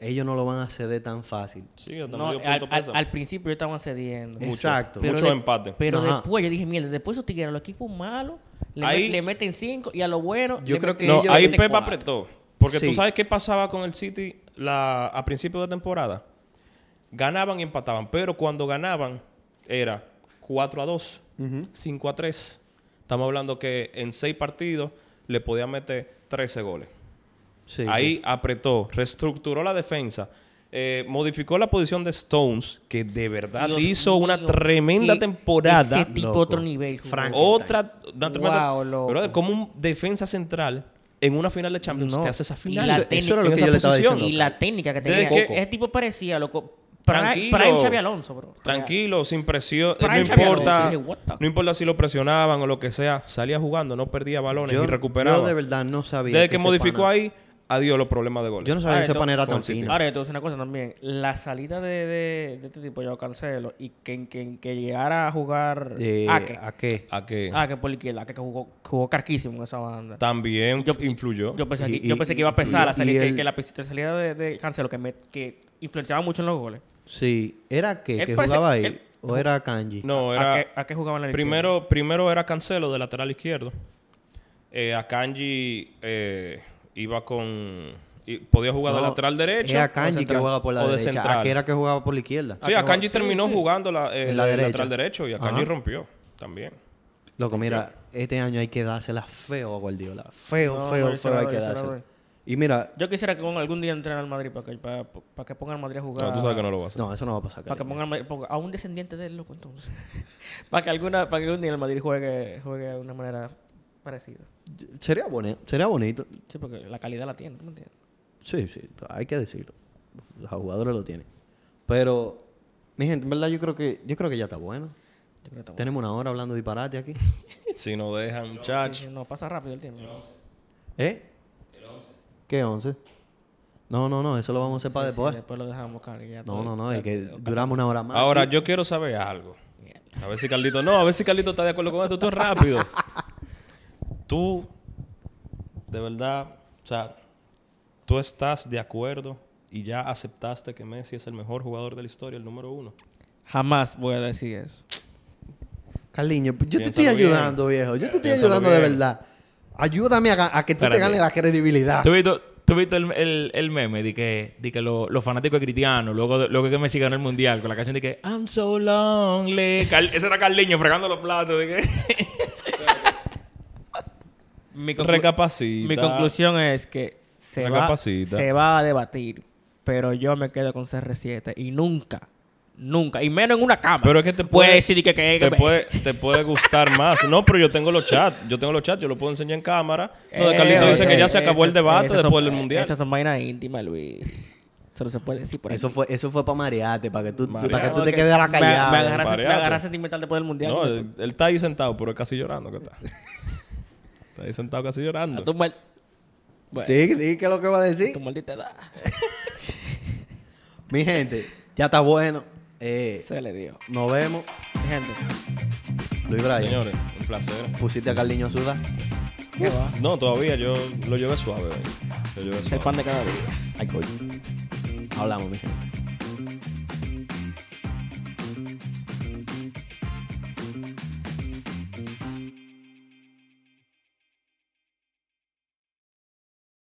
S1: ellos no lo van a ceder tan fácil.
S3: Sí, yo
S2: No,
S3: también digo,
S2: al,
S3: punto
S2: al-
S3: pesa.
S2: al principio yo estaba cediendo.
S1: Eh, Exacto.
S2: Pero
S3: Mucho
S2: de-
S3: empate.
S2: Pero
S1: Ajá.
S2: después yo dije, mierda, después esos tigres, los equipos malos, le,
S3: Ahí-
S2: met- le meten 5 y a lo bueno.
S1: Yo
S2: le
S1: creo
S2: meten-
S1: que
S3: No,
S1: ellos-
S3: ahí
S2: le meten
S3: Pepa
S2: cuatro.
S3: apretó. Porque
S1: Sí.
S3: tú sabes qué pasaba con el City la, a principio de temporada. Ganaban y empataban, pero cuando ganaban era 4 a 2, 5 a 3. Estamos hablando que en 6 partidos le podían meter 13 goles.
S1: Sí,
S3: ahí apretó, reestructuró la defensa. eh, modificó la posición de Stones, que de verdad
S2: Dios
S3: hizo una
S2: mío,
S3: tremenda
S2: qué-
S3: temporada.
S2: ese tipo
S1: Loco.
S2: otro nivel. jugó.
S1: Frank.
S3: Otra, una tremenda-
S2: Wow, loco.
S3: Brother, eh, como un defensa central en una final de Champions
S2: No.
S3: te hace esa
S2: Y
S3: final.
S2: la
S1: Eso- eso era
S2: técnica-
S1: lo que yo le estaba
S2: Y
S1: diciendo.
S2: la técnica que
S3: Desde
S2: tenía.
S3: que-
S2: Ese tipo parecía, loco. Prime
S3: Tranquilo.
S2: Prime Xavi Alonso, bro.
S3: Tranquilo, sin presión, eh,
S2: Prime
S3: no
S2: Xavi Alonso,
S3: importa,
S2: dije, what the-
S3: no importa si lo presionaban o lo que sea, salía jugando, no perdía balones
S1: Yo,
S3: y recuperaba.
S1: yo de verdad no sabía.
S3: Desde que,
S1: ese
S3: modificó
S1: pana-
S3: ahí, adiós los problemas de gol.
S1: Yo no sabía
S2: Ahora,
S1: que ese
S2: yo-
S1: pan era tan
S3: con City.
S1: fino.
S2: Ahora, yo te voy a decir una cosa también. La salida de, de- de este tipo, yo cancelo. Y que, que, que llegara a jugar.
S1: Eh,
S2: Ake.
S1: ¿A qué?
S3: ¿A qué?
S2: Ake por la izquierda. Ake que jugó, jugó carquísimo en esa banda.
S3: También
S2: Yo-
S3: influyó.
S2: Yo pensé, que-
S1: Y-
S2: yo pensé que iba a pesar
S1: y-
S2: la
S1: y
S2: salida, que,
S1: el-
S2: que la pes- la salida de, de Cancelo, que, me, que influenciaba mucho en los goles.
S1: Sí, ¿era qué?
S2: Él
S1: ¿Que
S2: parece-
S1: jugaba ahí?
S2: él-
S1: ¿O era Kanji?
S3: no,
S2: ¿A-
S3: era
S2: ¿A qué, a qué jugaban en la izquierda?
S3: primero, primero era Cancelo de lateral izquierdo. Eh, a Kanji eh, iba con y podía jugar de
S1: No,
S3: lateral derecho.
S1: Era Kanji que
S3: central.
S1: jugaba por la
S3: o de
S1: derecha.
S3: central.
S1: ¿A qué era que jugaba por la izquierda?
S3: Sí,
S2: Ah,
S3: a
S2: que
S3: Kanji
S2: jugaba- sí,
S3: terminó
S2: sí.
S3: jugando la, eh,
S1: En la
S3: el
S1: derecha.
S3: lateral derecho y a
S1: Ajá.
S3: Kanji rompió también.
S1: Loco, mira, este año hay que dársela feo a Guardiola. Feo,
S2: No,
S1: feo,
S2: no,
S1: feo
S2: no,
S1: hay
S2: no,
S1: que
S2: no, no,
S1: dársela.
S2: no.
S1: Y mira,
S2: Yo quisiera que ponga algún día entrenar al Madrid para que, para, para que ponga al Madrid a jugar.
S3: No, tú sabes que no lo va a hacer.
S1: no, eso no va a pasar.
S2: Para que
S1: cariño.
S2: ponga al Madrid- ponga a un descendiente de él, loco, entonces. para, que alguna, para que algún día el Madrid juegue, juegue de una manera parecida.
S1: Sería, boni- sería bonito.
S2: Sí, porque la calidad la tiene, ¿tú me entiendes?
S1: Sí, sí, hay que decirlo. Los jugadores lo tienen. Pero, mi gente, en verdad yo creo que, yo creo que ya está bueno.
S2: Yo creo que está bueno.
S1: Tenemos una hora hablando disparate aquí.
S3: Si no dejan,
S2: Sí,
S3: muchachos.
S2: sí, No, pasa rápido el tiempo.
S1: ¿Eh? ¿Qué 11? No, no, no, eso lo vamos a hacer para
S2: Sí, sí,
S1: después.
S2: después lo dejamos, Cali. ya,
S1: no,
S2: pues,
S1: no, no,
S2: ya,
S1: es que
S2: ok.
S1: duramos una hora más.
S3: Ahora yo quiero saber algo. A ver si Carlito, no, a ver si Carlito está de acuerdo con esto, tú es rápido. Tú, de verdad, o sea, tú estás de acuerdo y ya aceptaste que Messi es el mejor jugador de la historia, el número uno.
S2: Jamás voy a decir eso.
S1: Carliño, yo te estoy
S3: Piénsalo bien.
S1: ayudando, viejo. Yo te estoy
S3: Piénsalo
S1: ayudando de
S3: bien.
S1: verdad. Ayúdame a, ga- a que tú te
S3: Espérate.
S1: ganes la credibilidad.
S4: ¿Tú viste, tú viste el, el- el meme de que, de que lo- los fanáticos de Cristiano, luego, de- luego que Messi ganó el mundial, con la canción de que I'm so lonely? Cal- ese era Carliño fregando los platos. de que-
S2: Mi conclu-
S3: Recapacita.
S2: Mi conclusión es que se va,
S3: Recapacita.
S2: se va a debatir, pero yo me quedo con CR7 y nunca, nunca, y menos en una cámara.
S3: Pero es que te
S2: puede
S3: puede-
S2: decir que, que,
S3: Te
S2: que-
S3: puede, te puede gustar más. No, pero yo tengo los chats. Yo tengo los chats, yo lo puedo enseñar en cámara. No, de
S2: Eh,
S3: Carlito dice que ya se
S2: esas-
S3: acabó el debate
S2: esas son- eh,
S3: después del mundial.
S2: Esas son vainas íntimas, Luis. Solo se puede decir por
S1: Eso
S2: aquí.
S1: fue, eso fue para marearte, para que tú,
S3: Mareado,
S1: para que tú te
S2: Ok.
S1: quedes a la
S2: Me-
S1: callada.
S2: Me, agarra- me
S3: Mareado.
S2: agarra sentimental después del mundial.
S3: No,
S2: Como
S3: él, él está ahí sentado, pero es casi llorando que está. Está ahí sentado
S2: Ah,
S3: casi
S2: tú- a
S3: llorando.
S2: tu mal- Bueno,
S1: Sí, di que es lo que va a
S2: a tu
S1: decir.
S2: maldita edad.
S1: Mi gente, ya está bueno. Eh,
S2: Se le dio.
S1: nos vemos.
S2: Gente,
S1: Luis Brian,
S3: Señores, un placer.
S1: pusiste a Carliño a sudar.
S2: ¿qué va?
S3: No, todavía yo lo llevé suave. hoy. Lo llevé
S2: El
S3: suave.
S2: pan de cada día.
S1: Ay, coño. Hablamos, mi gente.